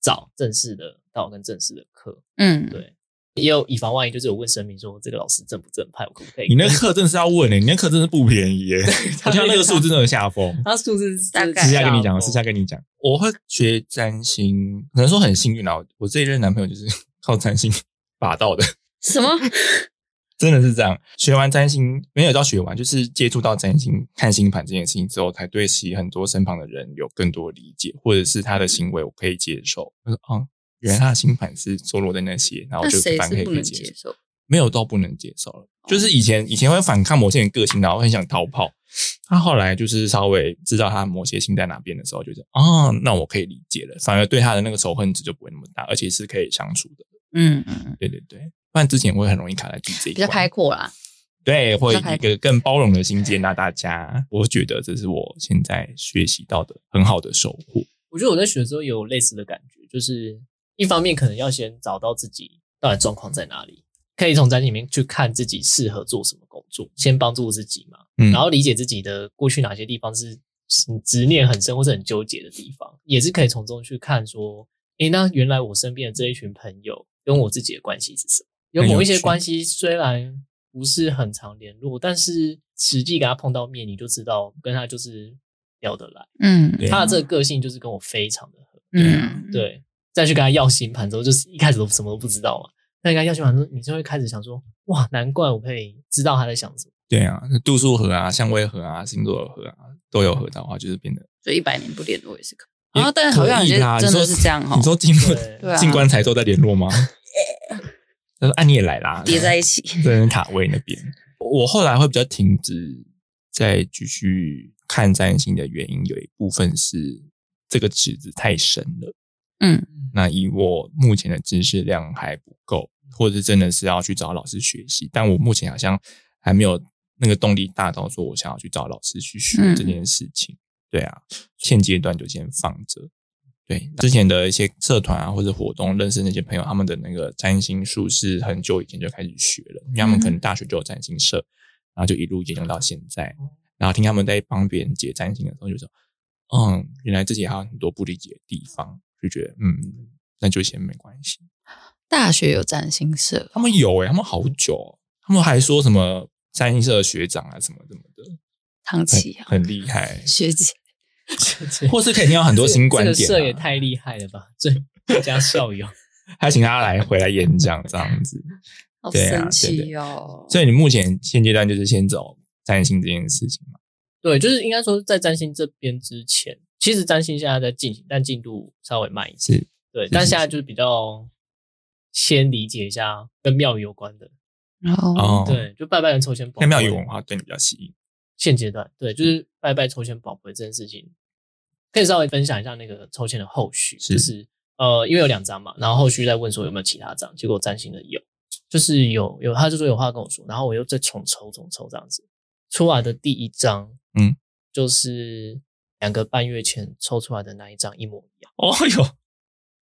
S3: 找正式的道跟正式的课，
S1: 嗯，
S3: 对，也有以防万一，就是有问神明说这个老师正不正派，我可不可以？
S2: 你那个课真的是要问欸的、你那课真的不便宜耶、欸我觉得那个数字真的下风。
S3: 他数字是
S1: 大概
S2: 私下跟你讲，
S3: 哦
S2: 私下跟你讲，我会学占星，可能说很幸运啦。我我这一任男朋友就是 靠占星把到的，
S1: 什么？
S2: 真的是这样。学完占星没有到学完，就是接触到占星、看星盘这件事情之后，才对其很多身旁的人有更多理解，或者是他的行为我可以接受。我说哦，原来他的星盘是坐落在那些，然后
S1: 那
S2: 我就
S1: 谁
S2: 反可
S1: 是
S2: 以
S1: 不
S2: 可以
S1: 能
S2: 接
S1: 接
S2: 受，
S1: 受？
S2: 没有到不能接受了。
S1: 哦
S2: 就是以前以前会反抗某些人个性，然后很想逃跑。他后来就是稍微知道他某些心在哪边的时候，就是哦，那我可以理解了，反而对他的那个仇恨值就不会那么大，而且是可以相处的。
S1: 嗯嗯，
S2: 对对对，不然之前会很容易卡在自己这一
S1: 比
S2: 关
S1: 较开阔啦。
S2: 对，会
S1: 较开
S2: 一个更包容的心接纳大家。我觉得这是我现在学习到的很好的收获。
S3: 我觉得我在学的时候也有类似的感觉，就是一方面可能要先找到自己到底状况在哪里，可以从占星里面去看自己适合做什么工作，先帮助自己嘛，
S2: 嗯
S3: 然后理解自己的过去哪些地方是是执念很深或是很纠结的地方，也是可以从中去看说，诶，那原来我身边的这一群朋友跟我自己的关系是什么？有
S2: 很有
S3: 某一些
S2: 趣
S3: 关系虽然不是很常联络，但是实际跟他碰到面，你就知道跟他就是聊得来。
S1: 嗯，
S2: 对
S3: 他的这个个性就是跟我非常的合，
S1: 嗯，
S3: 对。再去跟他要星盘之后，就是一开始都什么都不知道嘛，那你跟他要求完之后，你就会开始想说，哇，难怪我可以知道他在想什么。
S2: 对啊，度数合啊、相位合啊、星座合啊都有合到的话，就是变得
S1: 就一百年不联络也是可以。
S2: 也
S1: 然后，啊但是好像有
S2: 可以
S1: 些
S2: 啦
S1: 真
S2: 你
S1: 的
S2: 说
S1: 是这样 哈
S2: 你，说进入
S3: 对
S1: 对啊
S2: 进棺材之后再 联络吗？他说：“哎、你也来
S1: 哦
S2: 啦，
S1: 叠在一起。
S2: 跟卡位那边。”我后来会比较停止再继续看占星的原因，有一部分是这个池子太深了。
S1: 嗯，
S2: 那以我目前的知识量还不够，或者是真的是要去找老师学习，但我目前好像还没有那个动力大到说我想要去找老师去学
S1: 嗯
S2: 这件事情。对啊，现阶段就先放着。对，之前的一些社团啊或者活动，认识那些朋友，他们的那个占星术是很久以前就开始学了，因为他们可
S3: 嗯
S2: 能大学就有占星社，然后就一路沿用到现在。然后听他们在帮别人解占星的时候，就说：“嗯，原来自己还有很多不理解的地方，就觉得嗯，那就先没关系。
S1: 大学有占星社，
S2: 他们有诶、他们好久哦、他们还说什么三星社的学长啊，什么什么的，
S1: 唐琪啊，
S2: 很很厉 害，
S1: 学姐，
S2: 或是可以听到很多新观
S3: 这个
S2: 点、
S3: 社也
S2: 啊，
S3: 太厉害了吧！ 这这家 校友，
S2: 还请他来回来演讲这样子。
S1: 好
S2: 对啊
S1: 神奇哦！
S2: 所以你目前现阶段就是先走占星这件事情嘛？
S3: 对，就是应该说在占星这边之前，其实占星现在在进行，但进度稍微慢一些。
S2: 是
S3: 对，
S2: 是
S3: 但
S2: 是
S3: 现在就是比较先理解一下跟庙宇有关的，
S1: 然后
S2: 哦，，
S3: 嗯对，就拜拜跟抽签宝
S2: 那庙
S3: 贝。
S2: 宇文化对你比较吸引。
S3: 现阶段，对，
S2: 嗯
S3: 就是拜拜抽签宝贝这件事情，可以稍微分享一下那个抽签的后续，
S2: 是
S3: 就是呃，因为有两张嘛，然后后续再问说有没有其他张，结果占星的有，就是有有，他就说有话跟我说，然后我又再重抽重抽这样子，出来的第一张，
S2: 嗯，
S3: 就是两个半月前抽出来的那一张一模一样，
S2: 哦哟，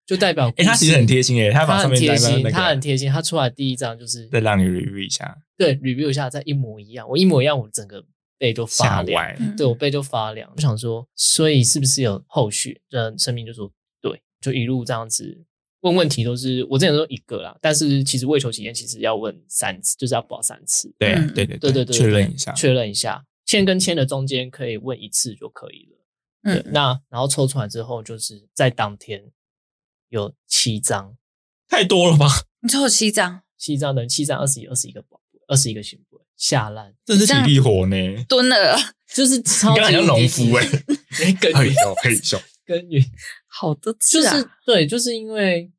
S3: 就代表
S2: 哎、他其实很
S3: 故事。
S2: 贴心诶、他把
S3: 他
S2: 上
S3: 很
S2: 面
S3: 贴
S2: 单
S3: 心，
S2: 那
S3: 他很
S2: 个啊
S3: 贴心。他出来第一张就是
S2: 再让你 review 一下，
S3: 对 review 一下，再一模一样。我一模一样，我整个背都
S2: 吓
S3: 发凉。
S2: 歪。
S1: 嗯
S3: 对我背就发凉，我想说，所以是不是有后续？这生命就说对，就一路这样子问问题都是我之前说一个啦，但是其实为求体验，其实要问三次，就是要保三次，
S2: 对啊
S1: 嗯
S2: 对对
S3: 对
S2: 对
S3: 对对，
S2: 确
S3: 对
S2: 认一下。
S3: 确认一下，签跟签的中间可以问一次就可以了。对，
S1: 嗯，
S3: 那然后抽出来之后，就是在当天有七张，
S2: 太多了吧？
S1: 你只有七张，
S3: 七张等于七张二十一，二十一个宝贝，二十一个行不下烂，
S2: 真是体力活呢！
S1: 蹲了
S3: 就是超级
S2: 你刚才像农夫欸
S3: 欸，耕
S2: 嘿
S3: 耘
S2: 咻嘿 咻，
S3: 耕耘。
S1: 好多
S3: 就
S1: 次啊
S3: 是！对，就是因为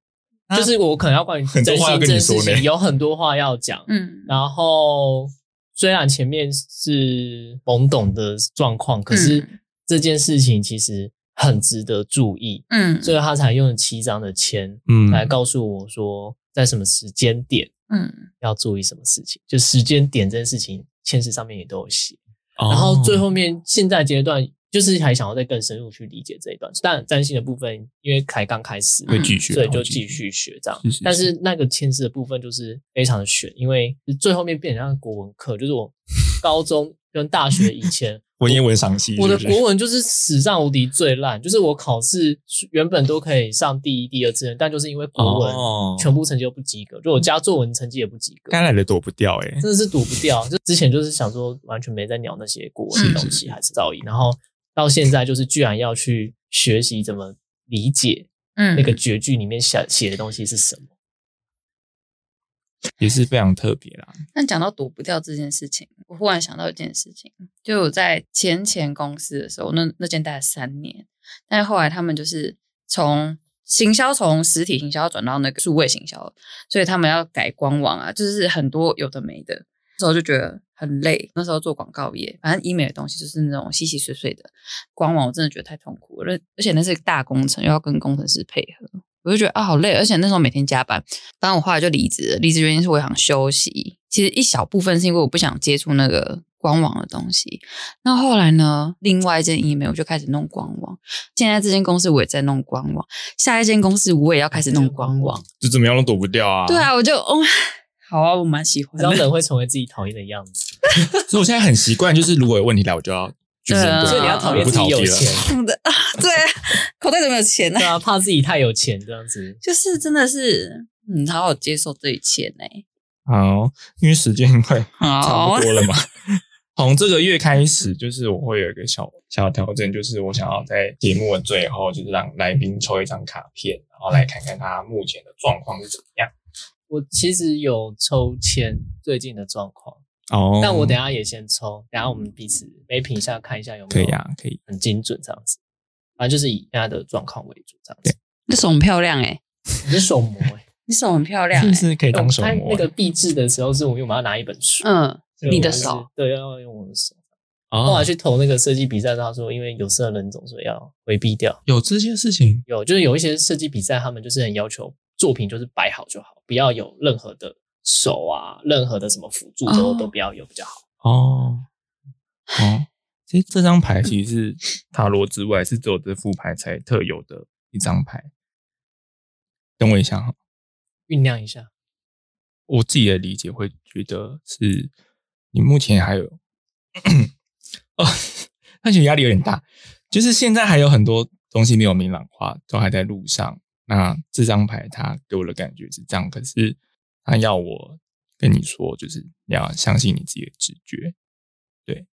S2: 啊
S3: 就是我可能要关于
S2: 很多
S3: 真
S2: 话要
S3: 心
S2: 跟
S3: 这
S2: 你
S3: 件
S2: 说
S3: 事
S2: 呢
S3: 情有很多话要讲。
S1: 嗯，
S3: 然后虽然前面是懵懂的状况，可是
S1: 嗯
S3: 这件事情其实很值得注意，
S1: 嗯
S3: 所以他才用了七张的签
S2: 嗯
S3: 来告诉我说，在什么时间点
S1: 嗯，
S3: 要注意什么事情，就时间点这件事情，签字上面也都有写。
S2: 哦
S3: 然后最后面现在阶段就是还想要再更深入去理解这一段，但占星的部分因为才刚开始，
S2: 会继续，
S3: 所以
S2: 会
S3: 嗯就继续学这样
S2: 是是是。
S3: 但是那个签字的部分就是非常的悬，因为最后面变成像国文课，就是我高中跟大学以前，
S2: 文言文赏析。
S3: 我的
S2: 是不是
S3: 国文就是史上无敌最烂，就是我考试原本都可以上第一、第二志愿，但就是因为国文
S2: 哦，
S3: 全部成绩都不及格，就我加作文成绩也不及格，
S2: 该来的躲不掉哎。
S3: 真的是躲不掉。就之前就是想说，完全没在鸟那些国文的东
S2: 是是
S3: 西，还是造诣。然后到现在，就是居然要去学习怎么理解
S1: 嗯
S3: 那个绝句里面写写的东西是什么。
S2: 也是非常特别啦。
S1: 但讲到躲不掉这件事情，我忽然想到一件事情，就我在前前公司的时候，那那间待了三年，但是后来他们就是从行销从实体行销转到那个数位行销，所以他们要改官网啊，就是很多有的没的，那时候就觉得很累。那时候做广告业，反正医美的东西就是那种细细碎碎的，官网我真的觉得太痛苦了，而且那是大工程，又要跟工程师配合。我就觉得啊，好累，而且那时候每天加班。反正我后来就离职了，离职原因是我想休息。其实一小部分是因为我不想接触那个官网的东西。那后来呢，另外一间 email 我就开始弄官网，现在这间公司我也在弄官网，下一间公司我也要开始弄官网。
S2: 就怎么样都躲不掉啊。
S1: 对，啊，我就哦，好啊，我蛮喜
S3: 你
S1: 欢
S3: 知道
S1: 的。
S3: 人会成为自己讨厌的样子，
S2: 所以我现在很习惯，就是如果有问题来，我就要就是
S1: 对啊
S2: 不
S3: 嗯所以你要讨厌
S2: 我不
S3: 自己
S2: 逃避
S3: 有
S2: 了
S3: 钱。，
S1: 的啊，对， 口袋怎么有钱呢
S3: 对？啊，怕自己太有钱这样子。
S1: 就是真的是，嗯，好好接受这一切呢。
S2: 好，因为时间快差
S1: 好
S2: 不，多了嘛。从这个月开始，就是我会有一个小小调整，就是我想要在节目的最后，就是让来宾抽一张卡片，然后来看看他目前的状况是怎么样。
S3: 我其实有抽签最近的状况，
S2: 哦，
S3: 但我等一下也先抽，等一下我们彼此每品一下看一下有
S2: 可
S3: 没
S2: 以
S3: 有
S2: 啊，可以。
S3: 很精准这样子。反正就是以现在的状况为主这样子。
S1: 你手很漂亮哎、
S3: 你是手模哎、
S1: 你手很漂亮、
S2: 是
S1: 欸
S2: 不，是可以当啊手
S3: 哦我拍
S2: 模
S3: 那个壁纸的时候是我因为我们要拿一本书，
S1: 嗯，
S3: 所以
S1: 你
S3: 我
S1: 的
S3: 就是
S1: 手
S3: 对要用我的手。后
S2: 啊
S3: 来？去投那个设计比赛的时候，他说因为有色人种，所以要回避掉。
S2: 有这些事情
S3: 有就是有一些设计比赛，他们就是很要求作品就是摆好就好，不要有任何的手啊，任何的什么辅助都、
S1: 哦
S3: 都不要有比较好。
S2: 哦哦。其实这张牌其实是塔罗之外，是只有这副牌才特有的一张牌。等我一下哈，
S3: 酝酿一下，
S2: 我自己的理解会觉得是，你目前还有 哦，那觉得压力有点大，就是现在还有很多东西没有明朗化，都还在路上。那这张牌它给我的感觉是这样，可是它要我跟你说，就是你要相信你自己的直觉，对，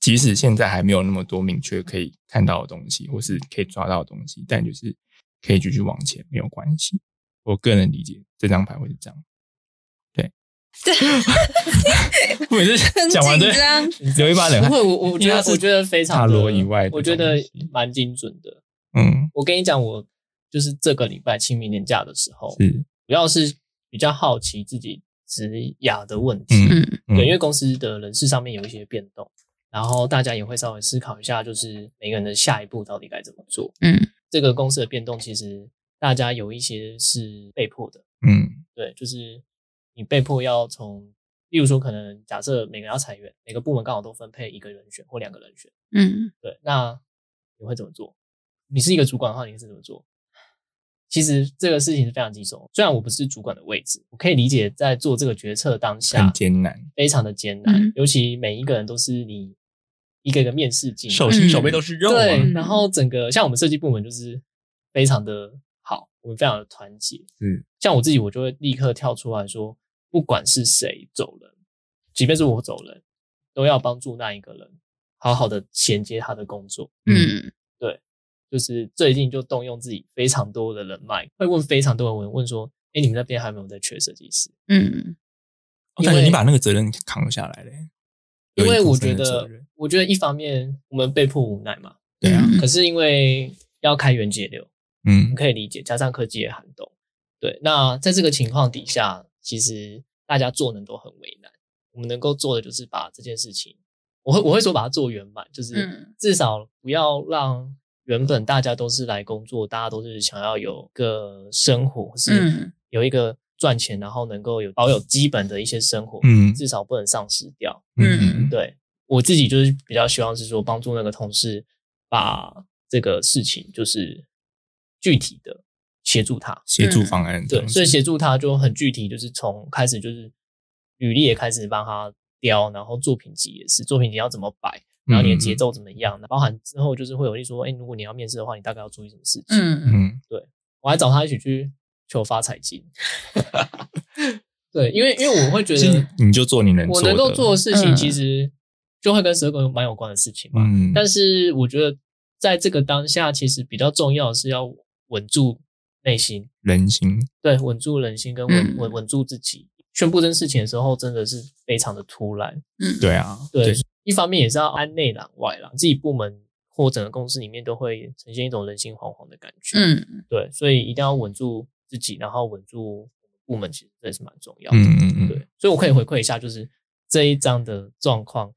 S2: 即使现在还没有那么多明确可以看到的东西，或是可以抓到的东西，但就是可以继续往前，没有关系。我个人理解这张牌会是这样， 对， 我每次
S1: 很
S2: 讲完
S1: 紧
S2: 对
S1: 张。
S2: 流一把冷汗
S3: 不。会，我我觉
S2: 因为它
S3: 得
S2: 是
S3: 我觉得非常
S2: 塔
S3: 的
S2: 罗以外的
S3: 我觉得
S2: 东西
S3: 蛮精准的。
S2: 嗯，
S3: 我跟你讲，我就是这个礼拜清明年假的时候，
S2: 是，
S3: 主要是比较好奇自己职涯的问题，
S2: 嗯
S1: 嗯，
S2: 嗯
S3: 对，因为公司的人事上面有一些变动，然后大家也会稍微思考一下，就是每个人的下一步到底该怎么做。
S1: 嗯，
S3: 这个公司的变动，其实大家有一些是被迫的，
S2: 嗯
S3: 对，就是你被迫要从，例如说，可能假设每个人要裁员，每个部门刚好都分配一个人选或两个人选，
S1: 嗯，
S3: 对，那你会怎么做？你是一个主管的话，你是怎么做？其实这个事情是非常棘手，虽然我不是主管的位置，我可以理解在做这个决策当下
S2: 很艰难，
S3: 非常的艰难，
S1: 嗯
S3: 尤其每一个人都是你一个一个面试进来，
S1: 心
S2: 嗯手
S1: 手
S2: 背
S1: 背
S2: 都
S1: 都
S2: 是肉、
S3: 嗯
S2: 啊
S3: 对，
S1: 嗯
S3: 然后整个像我们设计部门就是非常的好，我们非常的团结。
S2: 是
S3: 像我自己，我就会立刻跳出来说，不管是谁走人，即便是我走人，都要帮助那一个人好好的衔接他的工作。
S1: 嗯，
S3: 就是最近就动用自己非常多的人脉，会问非常多的人问说，哎，你们那边还有没有在缺设计师？
S1: 嗯，
S2: 我
S3: 因为
S2: 感觉你把那个责任扛下来了、
S3: 因为
S2: 有一部
S3: 我觉
S2: 分的责
S3: 得
S2: 任，
S3: 我觉得一方面我们被迫无奈嘛，
S2: 对啊，
S1: 嗯
S3: 可是因为要开源节流，
S2: 嗯
S3: 你可以理解，加上科技的寒冬，对。那在这个情况底下，其实大家做能都很为难。我们能够做的就是把这件事情，我会我会说把它做圆满，就是
S1: 嗯
S3: 至少不要让原本大家都是来工作，大家都是想要有个生活，或是
S1: 嗯
S3: 有一个赚钱，然后能够有保有基本的一些生活，
S2: 嗯
S3: 至少不能丧失掉。
S2: 嗯嗯
S3: 对我自己就是比较希望是说帮助那个同事把这个事情就是具体的协助他，
S2: 协助方案这
S3: 嗯对，
S2: 样子，
S3: 所以协助他就很具体，就是从开始就是履历也开始帮他雕，然后作品集也是，作品集要怎么摆，
S2: 嗯
S3: 然后你的节奏怎么样，包含之后就是会有一说，哎，如果你要面试的话，你大概要注意什么事情？
S1: 嗯，
S2: 嗯，
S3: 我还找他一起去求发财金， 对，因为因为我会觉
S2: 所以
S3: 得
S2: 你就做你能
S3: 我
S2: 的
S3: 能够做的事情，
S1: 嗯
S3: 其实就会跟蛇狗蛮有关的事情嘛。
S2: 嗯，
S3: 但
S2: 是
S3: 是我觉得在这个当下，其实比较重要的是要稳住内心，
S2: 人心
S3: 对，稳住人心跟稳
S1: 嗯
S3: 稳稳住自己。宣布这件事情的时候，真的是非常的突然。
S1: 嗯，
S2: 对啊，
S3: 对，一方面也是要安内攘外啦，自己部门或整个公司里面都会呈现一种人心惶惶的感觉。，
S1: 嗯，
S3: 对，所以一定要稳住自己，然后稳住部门，其实这也是蛮重要的。
S2: 嗯嗯嗯，
S3: 对，所以我可以回馈一下，就是这一章的状况，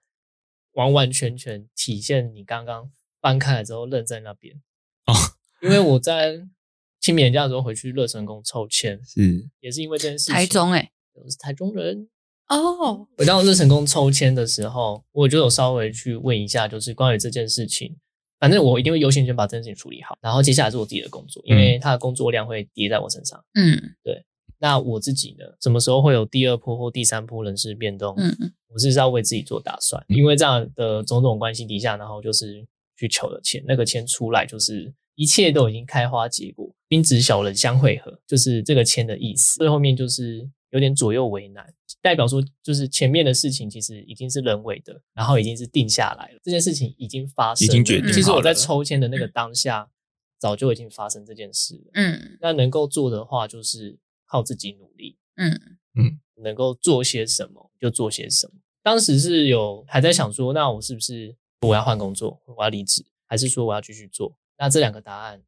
S3: 完完全全体现你刚刚翻开了之后愣在那边
S2: 哦。
S3: 因为我在清明年假的时候回去乐成宫抽签，
S2: 是
S3: 也是因为这件事情。
S1: 台，中哎、
S3: 我是台中人。
S1: 哦，
S3: 我到乐成宫抽签的时候，我就有稍微去问一下，就是关于这件事情。反正我一定会优先先把这件事情处理好，然后接下来是我自己的工作，
S2: 嗯
S3: 因为他的工作量会叠在我身上。
S1: 嗯
S3: 那我自己呢，什么时候会有第二波或第三波人事变动？
S1: 嗯
S3: 我是要为自己做打算，因为这样的种种关系底下，然后就是去求了签，那个签出来就是一切都已经开花结果，冰子小人相会合，就是这个签的意思。最后面就是有点左右为难，代表说就是前面的事情其实已经是人为的，然后已经是定下来了，这件事情已经发生
S2: 已
S3: 了，
S2: 经决定
S3: 其实
S2: 好
S3: 我在
S2: 了
S3: 抽签的那个当下，早就已经发生这件事了。
S1: 嗯
S3: 那能够做的话，就是靠自己努力，
S1: 嗯
S3: 能够做些什么就做些什么。当时是有还在想说，那我是不是我要换工作，我要离职，还是说我要继续做？那这两个答案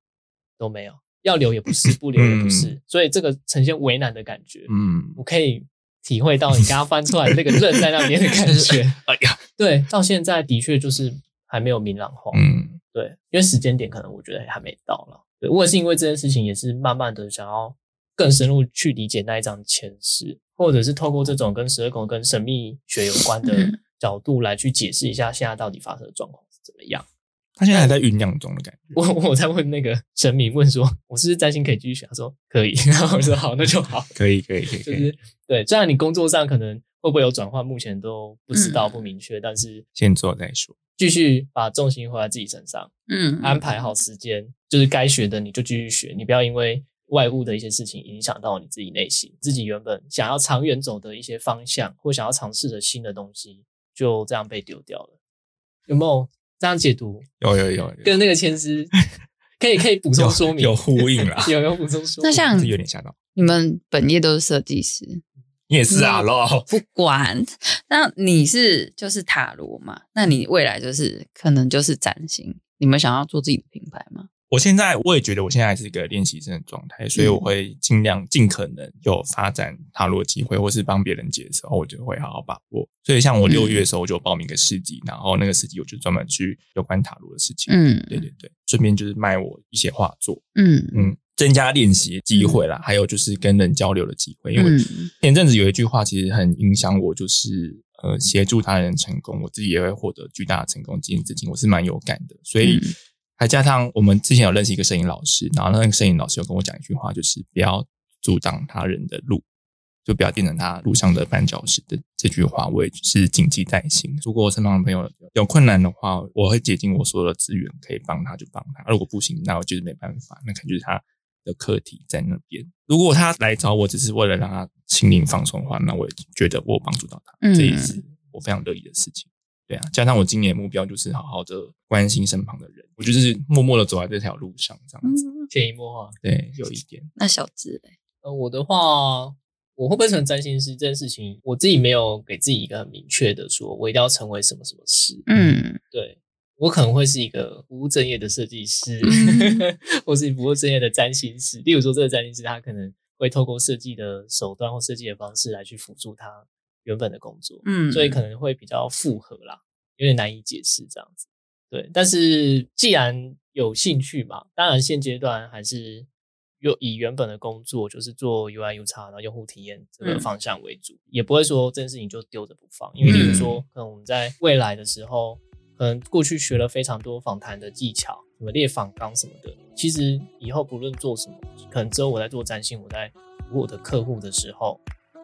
S3: 都没有，要留也不 是，不留也不是，所以这个呈现为难的感觉。
S2: 嗯，
S3: 我可以体会到你刚刚翻出来的那个愣在那边的 感
S2: 就是
S3: 觉。
S2: 哎呀，
S3: 对，到现在的确就是还没有明朗化。
S2: 嗯
S3: 对，因为时间点可能我觉得还没到了。对我也是因为这件事情，也是慢慢的想要更深入去理解那一张前世，或者是透过这种跟十二宫跟神秘学有关的
S1: 嗯
S3: 角度来去解释一下现在到底发生的状况是怎么样。
S2: 他现在还在酝酿中的感
S1: 嗯
S2: 觉。
S3: 我我在问那个神明问说，我是不是占星可以继续学？他说可以， 然后我说好，那就好。
S2: 可以，可以，可以，可
S3: 就
S2: 以。
S3: 是对，虽然你工作上可能会不会有转换，目前都不知道、
S1: 嗯
S3: 不明确，但是
S2: 先做再说。
S3: 继续把重心回在自己身上。
S1: 嗯，
S3: 安排好时间，就是该学的你就继续学，你不要因为外部的一些事情影响到你自己内心，自己原本想要长远走的一些方向，或想要尝试的新的东西，就这样被丢掉了。有没有这样解读？
S2: 有有有有
S3: 跟那个前师可以可以补充说明，。
S2: 啊有有呼应啦
S3: 有有补充说明？
S1: 那像
S2: 是有点吓到。
S1: 你们本业都是设计师，
S2: 你也是啊，
S1: 嗯
S2: 咯。
S1: 不管，那你是就是塔罗嘛？那你未来就是可能就是占星，你们想要做自己的品牌吗？
S2: 我现在我也觉得我现在还是一个练习生的状态，所以我会尽量尽可能有发展塔罗机会，或是帮别人解的时候，我就会好好把握。所以像我六月的时候，我就报名一个市集，然后那个市集我就专门去有关塔罗的事情。
S1: 嗯
S2: 对对对，顺便就是卖我一些画作，
S1: 嗯
S2: 嗯，增加练习机会啦，还有就是跟人交流的机会。因为
S1: 嗯
S2: 前阵子有一句话其实很影响我，就是呃，协助他人成功，我自己也会获得巨大的成功。这件事情我是蛮有感的，所以
S1: 嗯
S2: 还加上我们之前有认识一个摄影老师，然后那个摄影老师有跟我讲一句话，就是不要阻挡他人的路，就不要变成他路上的绊脚石的这句话，我也是谨记在心。如果我身旁的朋友有困难的话，我会竭尽我所有的资源，可以帮他就帮他，如果不行，那我就是没办法，那可能就是他的课题在那边。如果他来找我只是为了让他心灵放松的话，那我也觉得我有帮助到他，
S1: 嗯
S2: 这也是我非常乐意的事情。对啊，加上我今年的目标就是好好的关心身旁的人，我就是默默的走在这条路上，这样子。
S1: 嗯，
S3: 潜移默化。
S2: 对，有一点，
S1: 那小智嘞，
S3: 呃，我的话，我会不会成为占星师这件事情，我自己没有给自己一个很明确的说，我一定要成为什么什么师。
S1: 嗯
S3: 对我可能会是一个不务正业的设计师，或是不务正业的占星师。例如说，这个占星师他可能会透过设计的手段或设计的方式来去辅助他原本的工作，
S1: 嗯，
S3: 所以可能会比较复合啦，有点难以解释这样子。对，但是既然有兴趣嘛，当然现阶段还是又以原本的工作就是做 UI U 叉，然后用户体验这个
S1: 嗯
S3: 方向为主，也不会说这件事情就丢着不放，因为例如说，
S1: 嗯
S3: 可能我们在未来的时候，可能过去学了非常多访谈的技巧，什么列访纲什么的，其实以后不论做什么，可能只有我在做占星，我在服务我的客户的时候，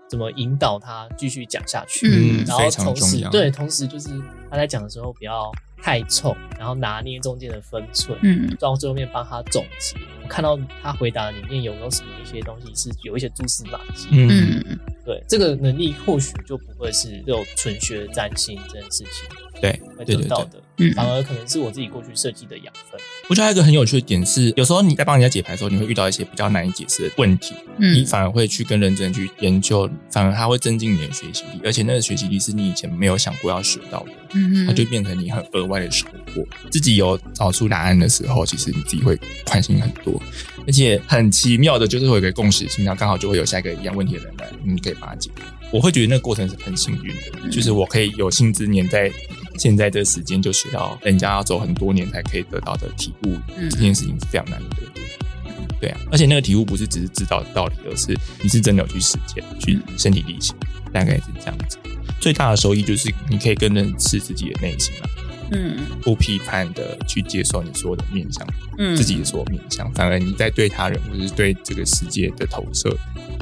S3: 怎么引导他继续讲下去，
S1: 嗯
S3: 然后
S2: 非常
S3: 同
S2: 重
S3: 时
S2: 要
S3: 对，同时就是他在讲的时候不要太冲，然后拿捏中间的分寸，
S1: 嗯
S3: 到最后面帮他总结。我看到他回答里面有没有什么一些东西是有一些蛛丝马迹，
S2: 嗯
S1: 嗯
S3: 对，这个能力或许就不会是这种纯学占星这件事情
S2: 对
S3: 会
S2: 对
S3: 得
S2: 对
S3: 到
S2: 对。
S3: 的，
S1: 嗯
S3: 反而可能是我自己过去设计的养分。
S2: 我觉得还有一个很有趣的点是，有时候你在帮人家解牌的时候，你会遇到一些比较难以解释的问题，你
S1: 嗯
S2: 反而会去更认真去研究，反而它会增进你的学习力，而且那个学习力是你以前没有想过要学到的。
S1: 嗯，
S2: 它就变成你很额外的收获。自己有找出答案的时候，其实你自己会宽心很多，而且很奇妙的，就是会有一个共识性，然后刚好就会有下一个一样问题的人来，你可以把它解决。我会觉得那个过程是很幸运的，就是我可以有幸之年在现在这个时间就学到人家要走很多年才可以得到的体悟，
S1: 嗯
S2: 这件事情是非常难得的。对啊，而且那个体悟不是只是知道道理，而是你是真的有去实践，去
S3: 嗯
S2: 身体力行，大概是这样子。最大的收益就是你可以更认识自己的内心啊，
S1: 嗯
S2: 不批判的去接受你所有的面向，
S1: 嗯
S2: 自己的所有面向，反而你在对他人或者是对这个世界的投射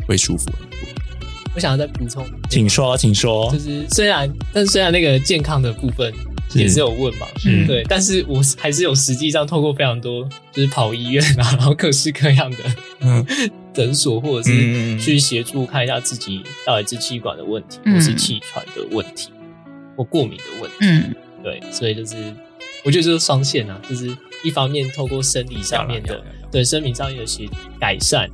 S2: 会舒服很多。
S3: 我想要再补充，
S2: 请说，请说
S3: 就，是虽然，但虽然那个健康的部分也是有问嘛，
S1: 嗯
S3: 对，但是我还是有实际上透过非常多，就是跑医院啊，然后各式各样的
S2: 嗯
S3: 诊所，或者
S2: 嗯嗯
S3: 是
S2: 嗯
S3: 去协助看一下自己到底是气管的问题，
S1: 嗯
S3: 或是气喘的问题，或过敏的问题，
S1: 嗯
S3: 对，所以就是我觉得就是双线啊，就是一方面透过生理上面
S2: 要
S3: 的
S2: 啦要啦要啦
S3: 对生理上面的协改善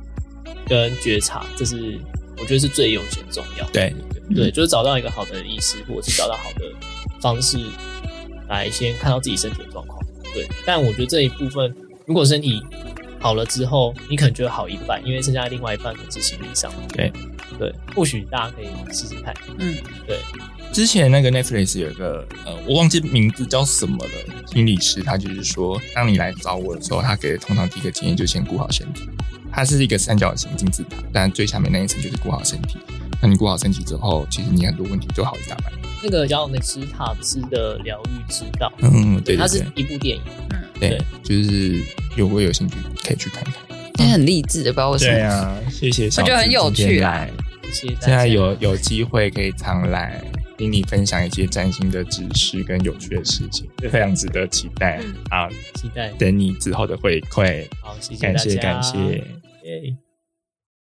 S3: 跟觉察，这是我觉得是最优先重要的。
S2: 对
S3: 对，就是找到一个好的医师，或者是找到好的方式来先看到自己身体的状况。对，但我觉得这一部分，如果身体好了之后，你可能就会好一半，因为剩下另外一半可能是心理上。
S2: 对
S3: 对，或许大家可以试试看。
S1: 嗯，
S2: 之前那个 Netflix 有一个呃，我忘记名字叫什么了，心理师他就是说，当你来找我的时候，他给的通常第一个建议就先顾好身体。它是一个三角形金字塔，但最下面那一层就是顾好身体。那你顾好身体之后，其实你很多问题就好一大半。
S3: 那个叫美斯塔兹的疗愈之道，
S2: 嗯，对
S3: 它
S2: 对
S3: 是一部电影。
S2: 对
S3: 对
S2: 对，就是有我有兴趣可以去看看。
S1: 也很励志的，不知道为什么。
S2: 啊， 谢谢小
S1: 我
S2: 紫今天来。
S1: 觉得很有趣啊
S3: 谢谢大家
S2: 现在有有机会可以常来听你分享一些占星的知识跟有趣的事情，非常值得期
S1: 嗯
S2: 待啊！
S3: 期待，
S2: 等你之后的回馈，
S3: 好，谢谢
S2: 感
S3: 大
S2: 谢
S3: 家，
S2: 感谢。
S3: 耶